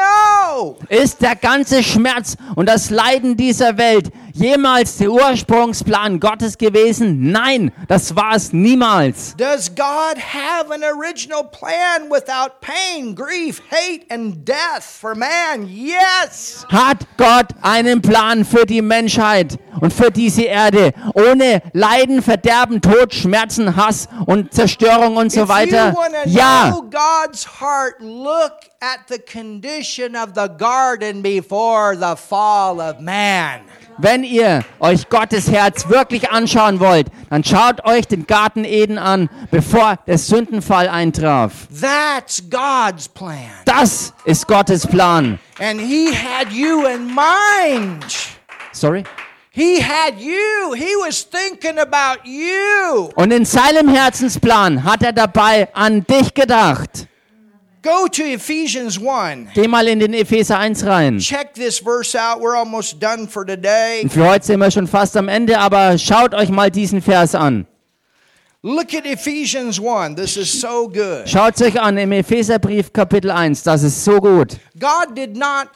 No! Ist der ganze Schmerz und das Leiden dieser Welt jemals der Ursprungsplan Gottes gewesen? Nein, das war es niemals. Does God have an original plan without pain, grief, hate, and death for man? Yes! Hat Gott einen Plan für die Menschheit und für diese Erde? Ohne Leiden, Verderben, Tod, Schmerzen, Hass und Zerstörung und so if you weiter? want to Ja. know God's heart, look at the condition of the garden before the fall of man. Wenn ihr euch Gottes Herz wirklich anschauen wollt, dann schaut euch den Garten Eden an, bevor der Sündenfall eintraf. That's God's plan. Das ist Gottes Plan. And He had you in mind. Sorry. He had you. He was thinking about you. Und in seinem Herzensplan hat er dabei an dich gedacht. Go to Ephesians 1. Geh mal in den Epheser 1 rein. Check this verse out. We're almost done for today. Und Für heute sind wir schon fast am Ende, aber schaut euch mal diesen Vers an. Look at Ephesians 1. This is so good. Schaut euch an im Epheserbrief Kapitel 1, das ist so gut. God did not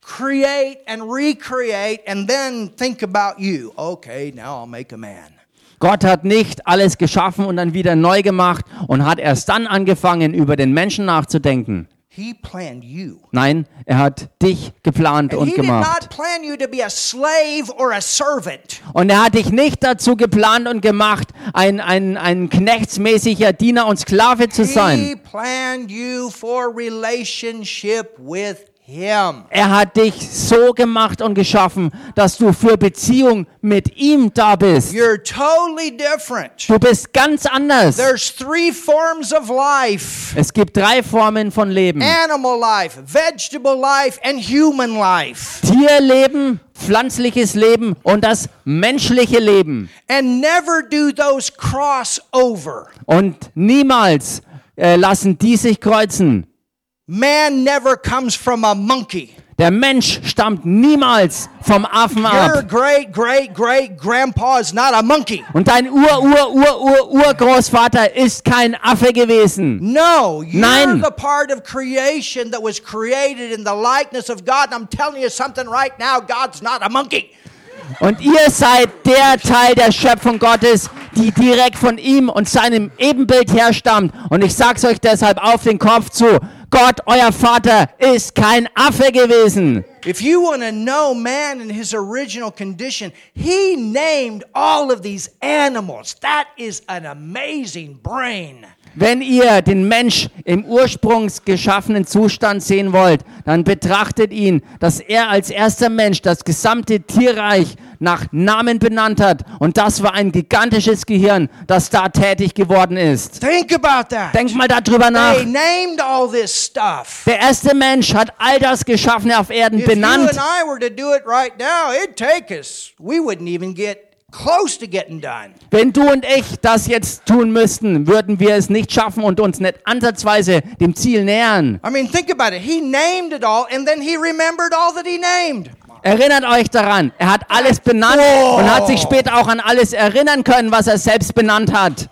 create and recreate and then think about you. Okay, now I'll make a man. Gott hat nicht alles geschaffen und dann wieder neu gemacht und hat erst dann angefangen, über den Menschen nachzudenken. He planned you. Nein, er hat dich geplant he und did gemacht. not plan you to be a slave or a servant. Und er hat dich nicht dazu geplant und gemacht, ein, ein, ein knechtsmäßiger Diener und Sklave zu sein. He planned you for relationship with Him. Er hat dich so gemacht und geschaffen, dass du für Beziehung mit ihm da bist. You're totally different. Du bist ganz anders. There's three forms of life Es gibt drei Formen von Leben. Eh. animal life, vegetable life, and human life. Tierleben, pflanzliches Leben und das menschliche Leben. And never do those cross over. Und niemals äh, lassen die sich kreuzen. Man never comes from a monkey. Der Mensch stammt niemals vom Affen Your ab. great, great, great grandpa is not a monkey. Und dein Ur-Ur-Ur-Ur-Urgroßvater ist kein Affe gewesen. No, you're Nein. the part of creation that was created in the likeness of God. And I'm telling you something right now God's not a monkey. Und ihr seid der Teil der Schöpfung Gottes, die direkt von ihm und seinem Ebenbild herstammt. Und ich sag's euch deshalb auf den Kopf zu. Gott, euer Vater, ist kein Affe gewesen. If you want to know man in his original condition, he named all of these animals. That is an amazing brain. Wenn ihr den Mensch im ursprungsgeschaffenen Zustand sehen wollt, dann betrachtet ihn, dass er als erster Mensch das gesamte Tierreich nach Namen benannt hat. Und das war ein gigantisches Gehirn, das da tätig geworden ist. Think about that. Denkt mal darüber nach. They named all this stuff. Der erste Mensch hat all das Geschaffene auf Erden If you benannt. and I were to do it right now, it'd take us. We wouldn't even get close to getting done. Wenn du und ich das jetzt tun müssten, würden wir es nicht schaffen und uns nicht ansatzweise dem Ziel nähern. I mean, think about it. He named it all, and then he remembered all that he named. Erinnert euch daran, er hat alles benannt und hat sich später auch an alles erinnern können, was er selbst benannt hat.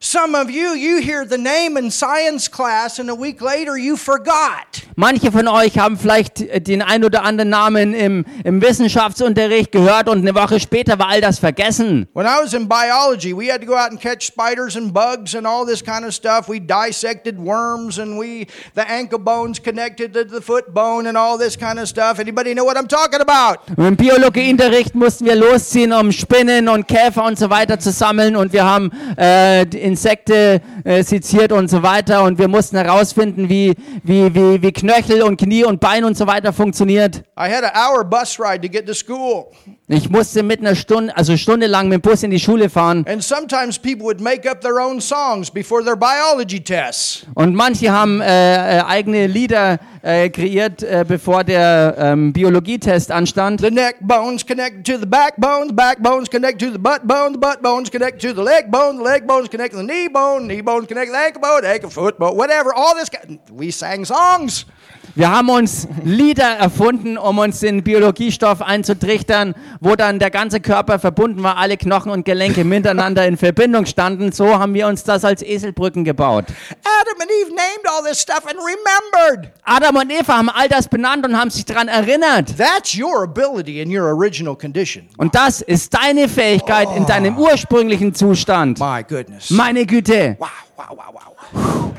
Some of you, you hear the name in science class, and a week later you forgot. Manche von euch haben vielleicht äh, den ein oder anderen Namen im, im Wissenschaftsunterricht gehört und eine Woche später war all das vergessen. When I was in biology, we had to go out and catch spiders and bugs and all this kind of stuff. We dissected worms and we the ankle bones connected to the foot bone and all this kind of stuff. Anybody know what I'm talking about? Und Im Biologieunterricht mussten wir losziehen, um Spinnen und Käfer und so weiter zu sammeln und wir haben äh, die Insekte äh, seziert und so weiter und wir mussten herausfinden, wie, wie, wie, wie Knöchel und Knie und Bein und so weiter funktioniert. I had an hour bus ride to get to school. Ich musste mit einer Stunde, also Stunde lang mit dem Bus in die Schule fahren And sometimes people would make up their own songs before their biology tests. und manche haben äh, äh, eigene Lieder äh, kreiert, äh, bevor der ähm, Biologietest anstand. The neck bones connect to the backbone, the backbones connect to the butt bone, the butt bones connect to the leg bone, the leg bones connect to the knee bone, knee bone connect to the ankle bone, ankle foot bone, whatever. All this. ca- We sang songs. Wir haben uns Lieder erfunden, um uns den Biologiestoff einzutrichtern, wo dann der ganze Körper verbunden war, alle Knochen und Gelenke miteinander in Verbindung standen. So haben wir uns das als Eselbrücken gebaut. Adam and Eve named all this stuff and remembered. Adam und Eva haben all das benannt und haben sich daran erinnert. That's your ability in your original condition. Und das ist deine Fähigkeit in deinem ursprünglichen Zustand. My goodness. Meine Güte, wow, wow, wow, wow.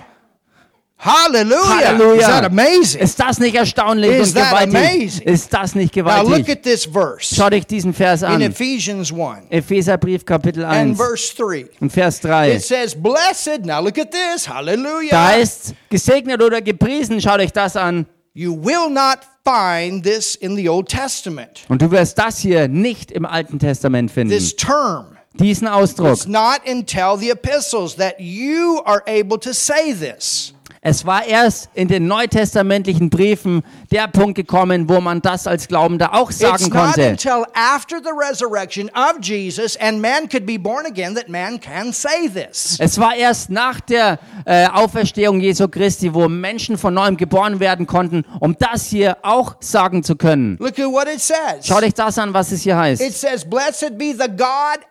Hallelujah. Hallelujah. Is that amazing? ist das nicht erstaunlich Is und that gewaltig? amazing? Ist das nicht now look gewaltig? at this verse Schau dich diesen Vers in an. Ephesians 1 Epheserbrief Kapitel and 1 verse 3. und Vers It 3. says, Blessed, now look at this, Da hallelujah. heißt gesegnet oder gepriesen, schau dich das an. You will not find this in the Old Testament. Und du wirst das hier nicht im Alten Testament finden. This term. Diesen Ausdruck. It's not until the epistles that you are able to say this. Es war erst in den neutestamentlichen Briefen der Punkt gekommen, wo man das als Glaubender auch It's sagen not konnte. until after the resurrection of Jesus and man could be born again that man can say this. Es war erst nach der äh, Auferstehung Jesu Christi, wo Menschen von neuem geboren werden konnten, um das hier auch sagen zu können. Look at what it says. Schau dich das an, was es hier It heißt. says, Blessed be the God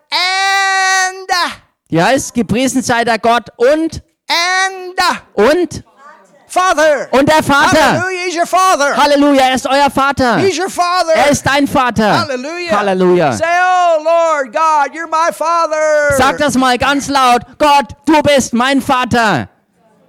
and, Hier heißt, gepriesen sei der Gott und, and und, Father. und der Vater. Hallelujah, He's your Father. Halleluja, er ist euer Vater. He's your Father. Er ist dein Vater. Hallelujah. Halleluja. Say, oh Lord God, you're my Father. Sag das mal ganz laut. Gott, du bist mein Vater.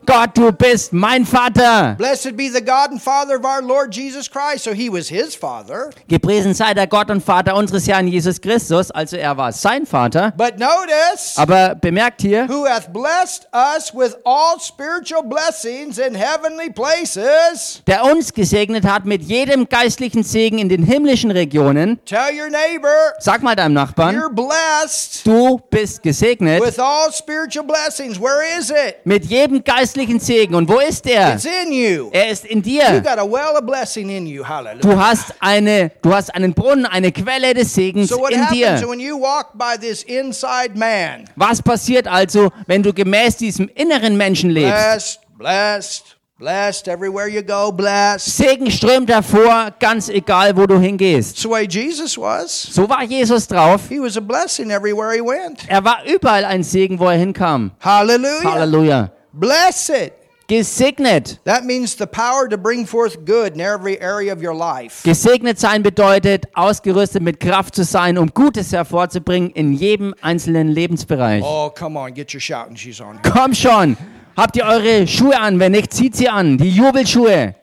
Gott, du bist mein Vater. Blessed be the God and Father of our Lord Jesus Christ. So he was his father. Gepriesen sei der Gott und Vater unseres Herrn Jesus Christus. Also er war sein Vater. But notice, Aber bemerkt hier, who hath blessed us with all spiritual blessings in heavenly places. der uns gesegnet hat mit jedem geistlichen Segen in den himmlischen Regionen. Tell your neighbor, Sag mal deinem Nachbarn, you're blessed du bist gesegnet with all spiritual blessings. Where is it? mit jedem geistlichen Segen. Und wo ist er? It's in you. Er ist in You dir. got a well of blessing in you. Hallelujah. Du hast, eine, du hast einen Brunnen, eine Quelle des Segens So what in happens dir. when you walk by this inside man? Was passiert also, wenn du gemäß diesem inneren Menschen lebst? Blessed, blessed, blessed everywhere you go, blessed. Segen strömt davor, ganz egal, wo du hingehst. That's the way Jesus was. So war Jesus drauf. He was a blessing everywhere he went. Er war überall ein Segen, wo er hinkam. Hallelujah. Halleluja. Blessed. Gesegnet. That means the power to bring forth good in every area of your life. Gesegnet sein bedeutet, ausgerüstet mit Kraft zu sein, um Gutes hervorzubringen in jedem einzelnen Lebensbereich. Oh, come on, get your shouting shoes on. here. Komm schon, habt ihr eure Schuhe an? Wenn nicht, zieht sie an. Die Jubelschuhe.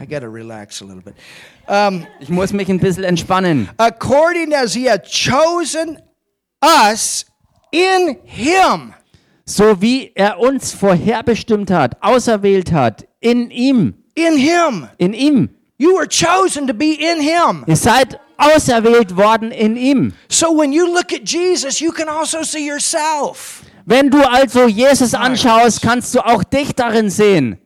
I got to relax a little bit. Ich muss mich ein bisschen entspannen. According as he had chosen us in him. So wie er uns vorherbestimmt hat, auserwählt hat, in ihm, In him. in ihm. You were chosen to be in him. Ihr seid auserwählt worden in ihm. So when you look at Jesus, you can also see yourself. Wenn du also Jesus anschaust, kannst du auch dich darin sehen.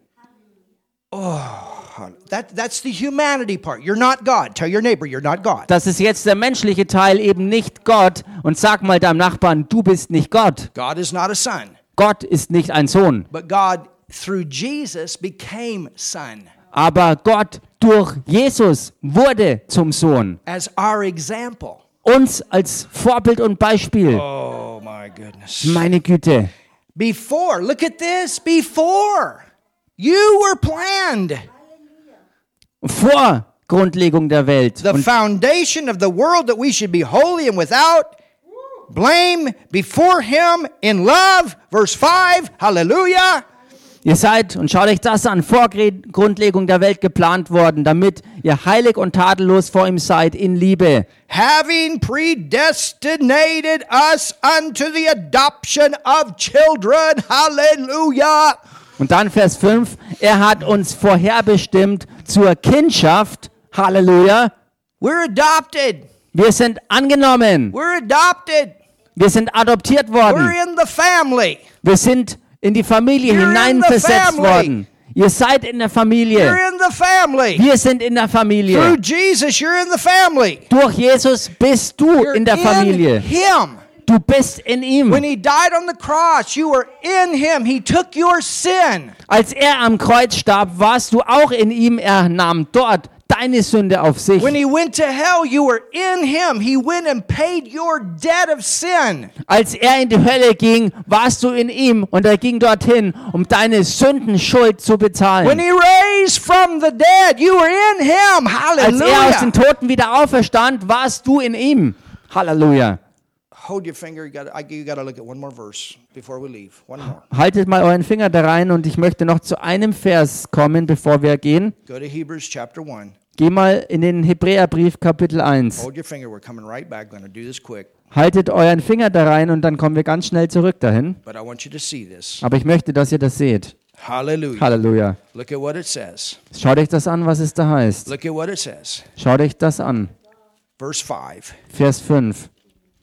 That, that's the humanity part. You're not God. Tell your neighbor you're not God. Das ist jetzt der menschliche Teil, eben nicht Gott. Und sag mal deinem Nachbarn, du bist nicht Gott. God is not a son, Gott ist nicht ein Sohn. but God through Jesus became son Aber Gott durch Jesus wurde zum Sohn. as our example. Uns als Vorbild und Beispiel. Oh my goodness. Meine Güte. Before, look at this. Before you were planned. Vor Grundlegung der Welt. The foundation of the world that we should be holy and without blame before him in love. Verse 5. Hallelujah. Ihr seid, und schaut euch das an, vor Gre- Grundlegung der Welt geplant worden, damit ihr heilig und tadellos vor ihm seid in Liebe. having predestinated us unto the adoption of children. Hallelujah. Und dann Vers 5, er hat uns vorherbestimmt zur Kindschaft Halleluja. We're adopted. Wir sind angenommen. We're adopted. Wir sind adoptiert We're worden. in the family. Wir sind in die Familie You're in the hineinversetzt family. worden. Ihr seid in der Familie. You're in the family. Wir sind in der Through Familie. Jesus, you're in the family. Durch Jesus bist du You're in der Familie. Him. Du bist in When ihm. He died on the cross, you were in Him. He took your sin. Als er am Kreuz starb, warst du auch in ihm. Er nahm dort deine Sünde auf sich. When He went to hell, you were in Him. He went and paid your debt of sin. Als er in die Hölle ging, warst du in ihm und er ging dorthin, um deine Sündenschuld zu When bezahlen. He raised from the dead, you were in Him. Als er aus den Hallelujah. Toten wieder auferstand, warst du in ihm. Halleluja. Hold your finger. You got. You got to look at one more verse before we leave. One more. Haltet mal euren Finger da rein und ich möchte noch zu einem Vers kommen, bevor wir gehen. Go to Hebrews chapter one. Geh mal in den Hebräerbrief Kapitel 1. Hold your finger. We're coming right back. Going to do this quick, Haltet euren Finger da rein und dann kommen wir ganz schnell zurück dahin. but I want you to see this. Aber ich möchte, dass ihr das seht. Hallelujah. Halleluja. Look at what it says. Schaut euch das an, was es da heißt. Look at what it says. Schaut euch das an. Verse 5 Vers 5,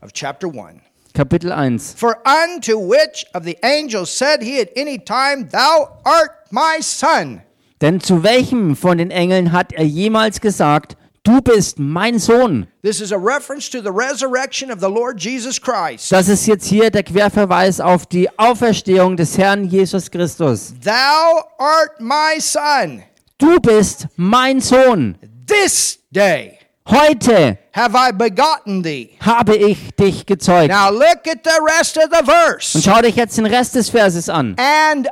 of chapter 1. Kapitel 1. For unto which of the angels said he at any time, Thou art my son? Denn zu welchem von den Engeln hat er jemals gesagt, du bist mein Sohn? This is a reference to the resurrection of the Lord Jesus Christ. Das ist jetzt hier der Querverweis auf die Auferstehung des Herrn Jesus Christus. Thou art my son. Du bist mein Sohn. This day Heute have I begotten thee. habe ich dich gezeugt. Now look at the rest of the Und verse. schau dich jetzt den Rest des Verses an. And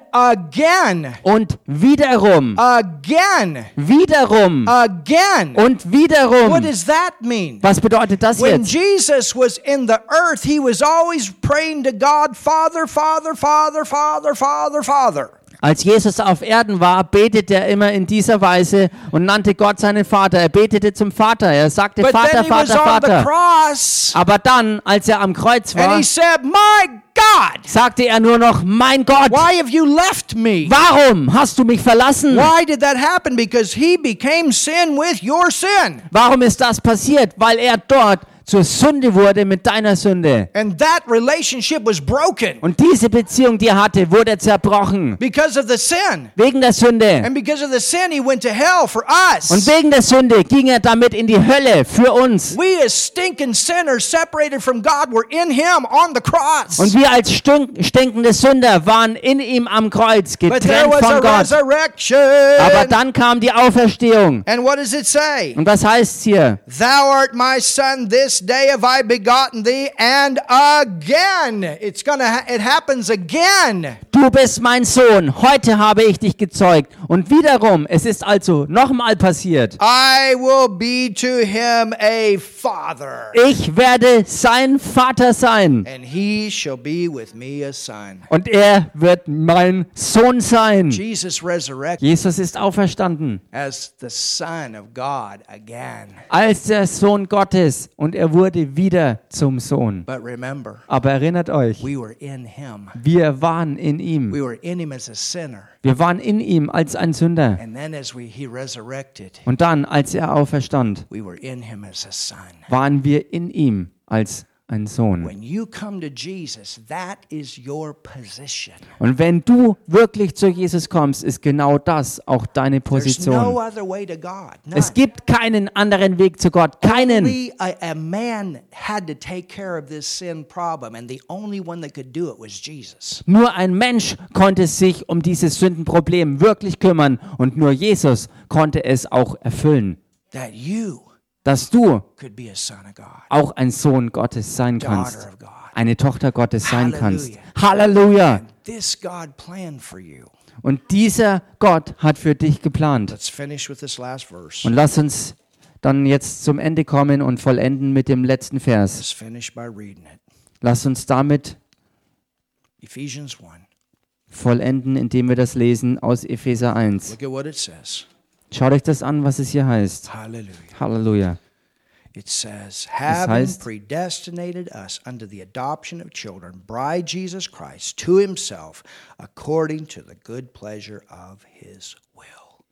again, Und wiederum, again, wiederum again. und What wiederum. does that mean? Was bedeutet das When jetzt? Jesus was in the earth, he was always praying to God, Father, Father, Father, Father, Father, Father. Als Jesus auf Erden war, betete er immer in dieser Weise und nannte Gott seinen Vater. Er betete zum Vater. Er sagte But then Vater, he was Vater, on the Vater. cross Aber dann, als er am Kreuz and war, he said, My God, sagte er nur noch, mein Gott, why have you left me? warum hast du mich verlassen? Why did that happen? Because he became sin with your sin. Warum ist das passiert? Weil er dort zur Sünde wurde mit deiner Sünde. And that relationship was broken Und diese Beziehung, die er hatte, wurde zerbrochen. because of the sin. Wegen der Sünde. And because of the sin, he went to hell for Und us. wegen der Sünde ging er damit in die Hölle für uns. We, as stinking sinners separated from God, were in him on the cross. Und wir als stünk- stinkende Sünder waren in ihm am Kreuz, But there getrennt was a von Gott. resurrection. Aber dann kam die Auferstehung. and what does it say? Und was heißt hier? Thou art my son. This day have I begotten thee. And again, it's gonna. Ha- it happens again. Du bist mein Sohn, heute habe ich dich gezeugt. Und wiederum, es ist also nochmal passiert. I will be to him a father, Ich werde sein Vater sein. and he shall be with me a son. Und er wird mein Sohn sein. Jesus resurrected Jesus ist auferstanden as the Son of God again. als der Sohn Gottes und er wurde wieder zum Sohn. But remember, Aber erinnert euch, we were in him. wir waren in ihm. We were in him as a sinner, Wir waren in ihm als ein Sünder. and then as we he resurrected, Und dann, als er auferstand, we were in him as a son. waren wir in ihm als ein Sohn. When you come to Jesus, that is your position. Und wenn du wirklich zu Jesus kommst, ist genau das auch deine There's no Position. other way to God. None. Es gibt keinen anderen Weg zu Gott. Keinen. Only a, a man had to take care of this sin problem, and the only one that could do it was Jesus. Nur ein Mensch konnte sich um dieses Sündenproblem wirklich kümmern und nur Jesus konnte es auch erfüllen, That you dass du could be a son of God. auch ein Sohn Gottes sein Daughter kannst, of God. eine Tochter Gottes sein kannst. Halleluja! This God planned for you. Und dieser Gott hat für dich geplant. Let's finish with this last verse. Und lass uns dann jetzt zum Ende kommen und vollenden mit dem letzten Vers. Let's finish by reading it. Lass uns damit Ephesians 1. vollenden, indem wir das lesen aus Epheser 1. Look at what it says. Schaut euch das an, was es hier heißt. Hallelujah. Halleluja. It says, having heißt- predestinated us unto the adoption of children by Jesus Christ to himself, according to the good pleasure of his will.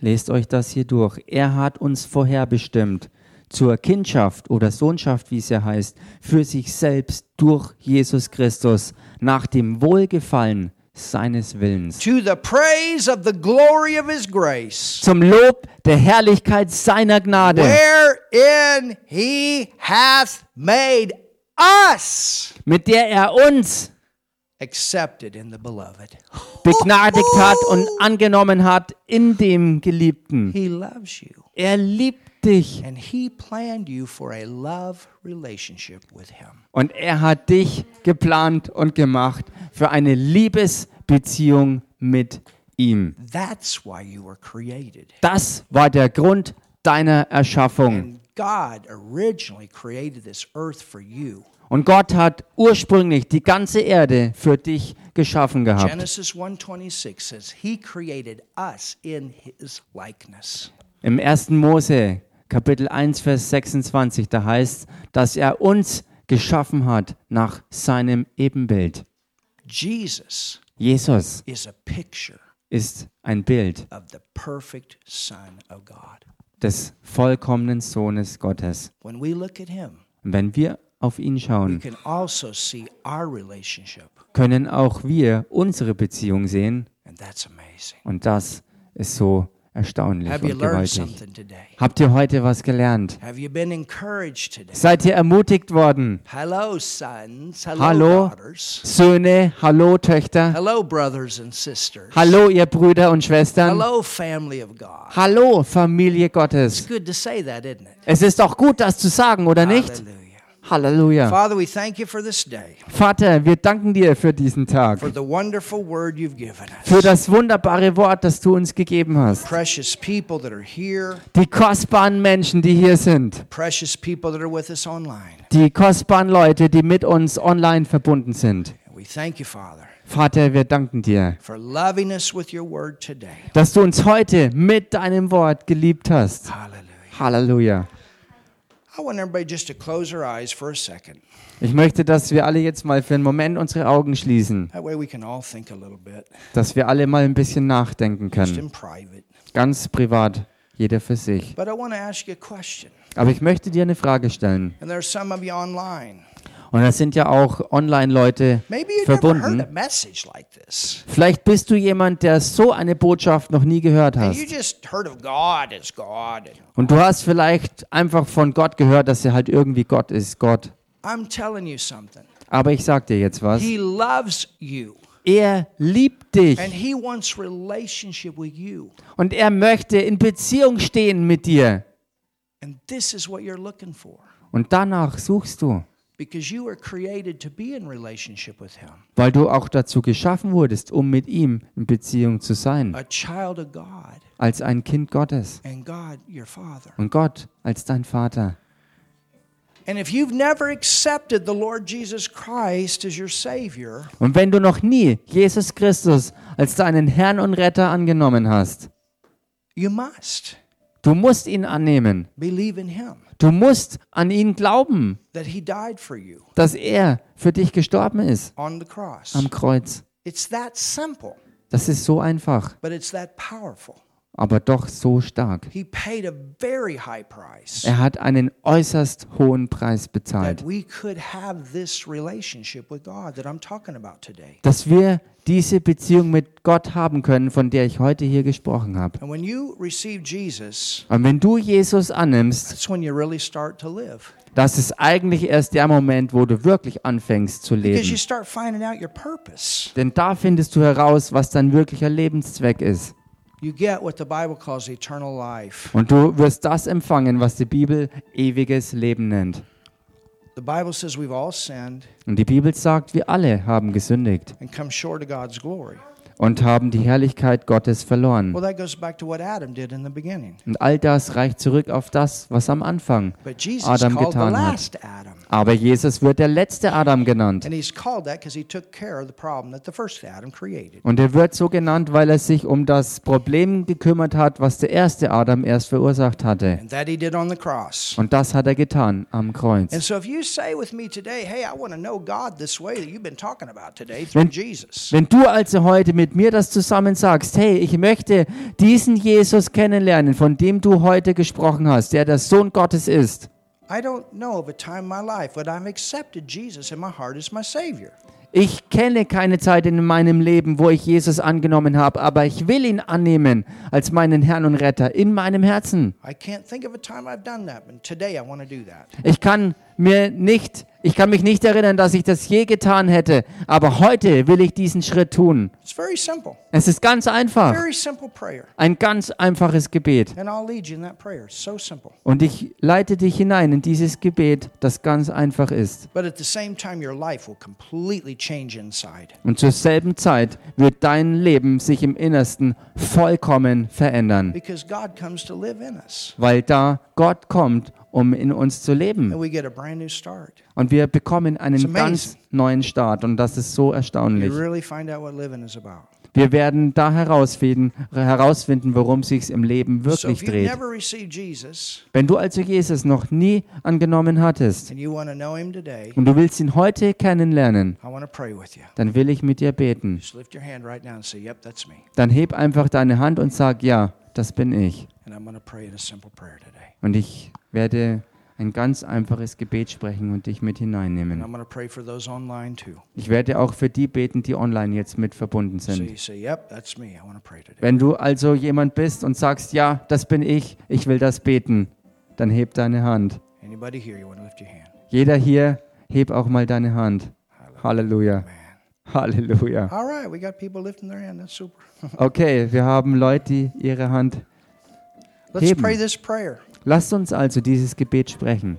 Lest euch das hier durch. Er hat uns vorherbestimmt zur Kindschaft oder Sohnschaft, wie es ja heißt, für sich selbst durch Jesus Christus nach dem Wohlgefallen seines Willens. to the praise of the glory of his grace, Zum Lob der Herrlichkeit seiner Gnade, wherein he hath made us mit der er uns accepted in the beloved. begnadigt hat und angenommen hat in dem Geliebten. He loves you, Er liebt dich and he planned you for a love relationship with him. und er hat dich geplant und gemacht für eine Liebesbeziehung mit ihm. That's why you were created. Das war der Grund deiner Erschaffung. And God originally created this earth for you. Und Gott hat ursprünglich die ganze Erde für dich geschaffen gehabt. Genesis 1:26 says he created us in his likeness. Im 1. Mose, Kapitel 1, Vers 26, da heißt, dass er uns geschaffen hat nach seinem Ebenbild. Jesus Jesus is a picture ist ein Bild of the perfect Son of God. des vollkommenen Sohnes Gottes. When we look at him, Und wenn wir auf ihn we schauen, can also see our relationship, können auch wir unsere Beziehung sehen. and that's amazing. Und das ist so erstaunlich Have you und learned gewaltig. something today? Habt ihr heute was gelernt? Have you been encouraged today? Seid ihr ermutigt worden? Hello, sons. Hello, Hallo. daughters. Söhne, hallo Töchter, Hello, brothers and sisters. hallo ihr Brüder und Schwestern, Hello, family of God. hallo Familie Gottes. It's good to say that, isn't it? Es ist doch gut, das zu sagen, oder nicht? Hallelujah. Halleluja. Father, we thank you for this day, Vater, wir danken dir für diesen Tag, for the wonderful word you've given us. für das wunderbare Wort, das du uns gegeben hast. Precious people that are here, Die kostbaren Menschen, die hier sind, precious people that are with us online. die kostbaren Leute, die mit uns online verbunden sind. And we thank you, Father, Vater, wir danken dir, for loving us with your word today. dass du uns heute mit deinem Wort geliebt hast. Hallelujah. Halleluja. I want everybody just to close their eyes for a second. Ich möchte, dass wir alle jetzt mal für einen Moment unsere Augen schließen. That way we can all think a little bit, dass wir alle mal ein bisschen nachdenken just können. in private. Ganz privat, jeder für sich. But I want to ask you a question. Aber ich möchte dir eine Frage stellen. And there's some of you online. Und das sind ja auch Online-Leute Maybe you've never heard a verbunden. message like this. Vielleicht bist du jemand, der so eine Botschaft noch nie gehört And you hast. just heard of God as God. And Und du hast vielleicht einfach von Gott gehört, dass er halt irgendwie Gott ist, Gott. I'm telling you something. Aber ich sag dir jetzt was. He loves you. Er liebt dich And he wants relationship with you. und er möchte in Beziehung stehen mit dir. And this is what you're looking for. Und danach suchst du, Because you were created to be in relationship with him. weil du auch dazu geschaffen wurdest, um mit ihm in Beziehung zu sein. A child of God als ein Kind Gottes and God your father. und Gott als dein Vater. And if you've never accepted the Lord Jesus Christ as your Savior, Und wenn du noch nie Jesus Christus als deinen Herrn und Retter angenommen hast, you must du musst ihn annehmen. believe in Him, Du musst an ihn glauben, that He died for you dass er für dich gestorben ist on the cross. am Kreuz. It's that simple, Das ist so einfach, but it's that powerful. aber doch so stark. He paid a very high price Er hat einen äußerst hohen Preis that bezahlt, we could have this relationship with God that I'm talking about today. dass wir diese Beziehung mit Gott haben können, von der ich heute hier gesprochen habe. And when you receive Jesus, Und wenn du Jesus annimmst, that's when you really start to live Das ist eigentlich erst der Moment, wo du wirklich anfängst zu because you leben. start finding out your purpose. Denn da findest du heraus, was dein wirklicher Lebenszweck ist. You get what the Bible calls eternal life. Und du wirst das empfangen, was die Bibel ewiges Leben nennt. The Bible says we've all sinned Und die Bibel sagt, wir alle haben gesündigt and come short of God's glory. und haben die Herrlichkeit Gottes verloren. Well, that goes back to what Adam did in the beginning. Und all das reicht zurück auf das, was am Anfang But Jesus Adam called the getan hat. last Adam. Aber Jesus wird der letzte Adam genannt. And he's called that because he took care of the problem that the first Adam created. Und er wird so genannt, weil er sich um das Problem gekümmert hat, was der erste Adam erst verursacht hatte. And that he did on the cross. Und das hat er getan am And Kreuz. so if you say with me today, hey, I want to know God this way that you've been talking about today through Wenn- Jesus, Wenn du also heute mit mit mir das zusammen sagst, hey, ich möchte diesen Jesus kennenlernen, von dem du heute gesprochen hast, der der Sohn Gottes ist. I don't know of a time in my life when I've accepted Jesus in my heart as my Savior. Ich kenne keine Zeit in meinem Leben, wo ich Jesus angenommen habe, aber ich will ihn annehmen als meinen Herrn und Retter in meinem Herzen. I can't think of a time I've done that, but today I want to do that. Ich kann mir nicht, ich kann mich nicht erinnern, dass ich das je getan hätte, aber heute will ich diesen Schritt tun. It's very simple, Es ist ganz einfach, very simple prayer. ein ganz einfaches Gebet. And I'll lead you in that prayer. It's so simple. Und ich leite dich hinein in dieses Gebet, das ganz einfach ist. But at the same time, your life will completely change inside. Und zur selben Zeit wird dein Leben sich im Innersten vollkommen verändern, Because God comes to live in us. weil da Gott kommt, um in uns zu leben. And we get a brand new start. Und wir bekommen einen amazing. ganz neuen Start. Und das ist so You erstaunlich. really find out what living is about. Wir werden da herausfinden, herausfinden worum sich im Leben So if wirklich you've dreht. never received Jesus Wenn du also Jesus noch nie angenommen hattest and you want to know him today, und du willst ihn heute kennenlernen, I want to pray with you. dann will ich mit dir beten. Just lift your hand right now and say, Yep, that's me. Dann heb einfach deine Hand und sag, ja, das bin ich. And I'm going to pray in a simple prayer today. Und ich werde ein ganz einfaches Gebet sprechen und dich mit And hineinnehmen. I'm going to pray for those online too. Ich werde auch für die beten, die online jetzt mit verbunden So sind. you say, Yep, that's me. I want to pray today. Wenn du also jemand bist und sagst, ja, das bin ich, ich will das beten, dann heb deine Hand. Anybody here, you want to lift your hand? Jeder hier, heb auch mal deine Hand. Halleluja. Man. Halleluja. All right, we got people lifting their hand. That's super. Okay, wir haben Leute, die ihre Hand. Let's Heben. pray this prayer. Lasst uns also dieses Gebet sprechen.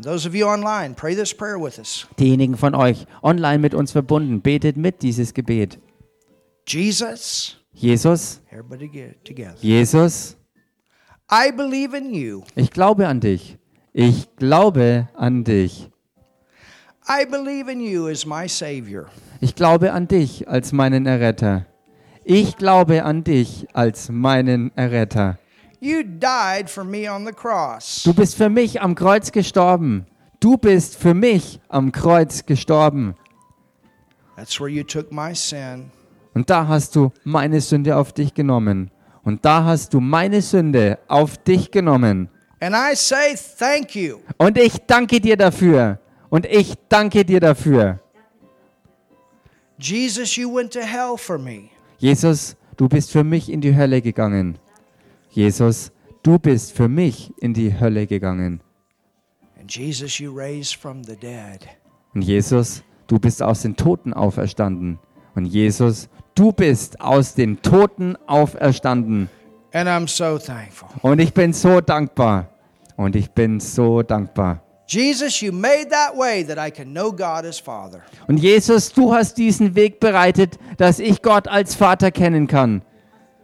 Those of you online, pray this prayer with us. Diejenigen von euch, online mit uns verbunden, betet mit dieses Gebet. Jesus, Jesus, everybody get together. Jesus, I believe in you. ich glaube an dich. Ich glaube an dich. I believe in you as my Savior. Ich glaube an dich als meinen Erretter. Ich glaube an dich als meinen Erretter. You died for me on the cross. Du bist für mich am Kreuz gestorben. Du bist für mich am Kreuz gestorben. That's where you took my sin Und da hast du meine Sünde auf dich genommen. Und da hast du meine Sünde auf dich genommen. And I say thank you. Und ich danke dir dafür. Und ich danke dir dafür. Jesus, you went to hell for me. Jesus, du bist für mich in die Hölle gegangen. Jesus, du bist für mich in die Hölle gegangen. And Jesus, you raised from the dead. Und Jesus, du bist aus den Toten auferstanden. Und Jesus, du bist aus den Toten auferstanden. And I'm so thankful. Und ich bin so dankbar. Und ich bin so dankbar. Jesus, you made that way that I can know God as Father. Und Jesus, du hast diesen Weg bereitet, dass ich Gott als Vater kennen kann.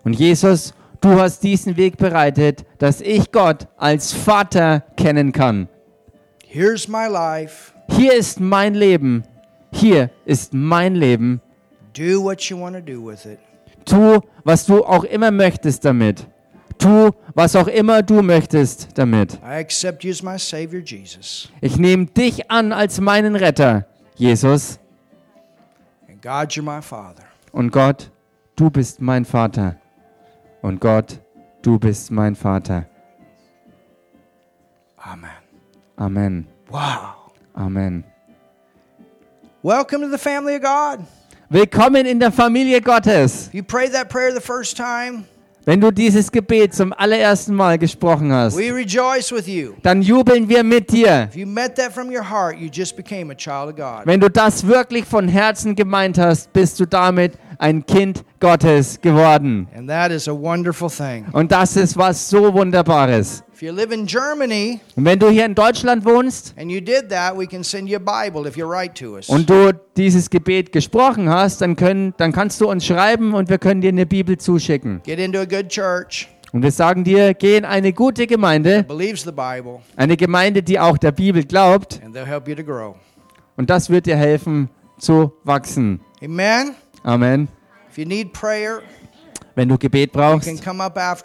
Und Jesus, du hast diesen Weg bereitet, dass ich Gott als Vater kennen kann. Here's my life. Hier ist mein Leben. Hier ist mein Leben. Do what you want to do with it. Tu, was du auch immer möchtest damit. Tu, was auch immer du möchtest damit. I accept you as my Savior, Jesus. Ich nehme dich an als meinen Retter, Jesus. And God, you're my Father. Und Gott, du bist mein Vater. Und Gott, du bist mein Vater. Amen. Amen. Wow. Amen. Welcome to the family of God. Willkommen in der Familie Gottes. If you prayed that prayer the first time, Wenn du dieses Gebet zum allerersten Mal gesprochen hast, we rejoice with you. dann jubeln wir mit dir. If you meant that from your heart, you just became a child of God. Wenn du das wirklich von Herzen gemeint hast, bist du damit ein Kind Gottes geworden. And that is a wonderful thing. Und das ist was so Wunderbares. If you live in Germany Und wenn du hier in Deutschland wohnst and you did that, we can send you a Bible if you write to us. und du dieses Gebet gesprochen hast, dann, können, dann kannst du uns schreiben und wir können dir eine Bibel zuschicken. Get into a good church, Und wir sagen dir, geh in eine gute Gemeinde, believes the Bible, eine Gemeinde, die auch der Bibel glaubt. and they'll help you to grow. Und das wird dir helfen zu wachsen. Amen. Amen. If you need prayer, Wenn du Gebet you can brauchst, come up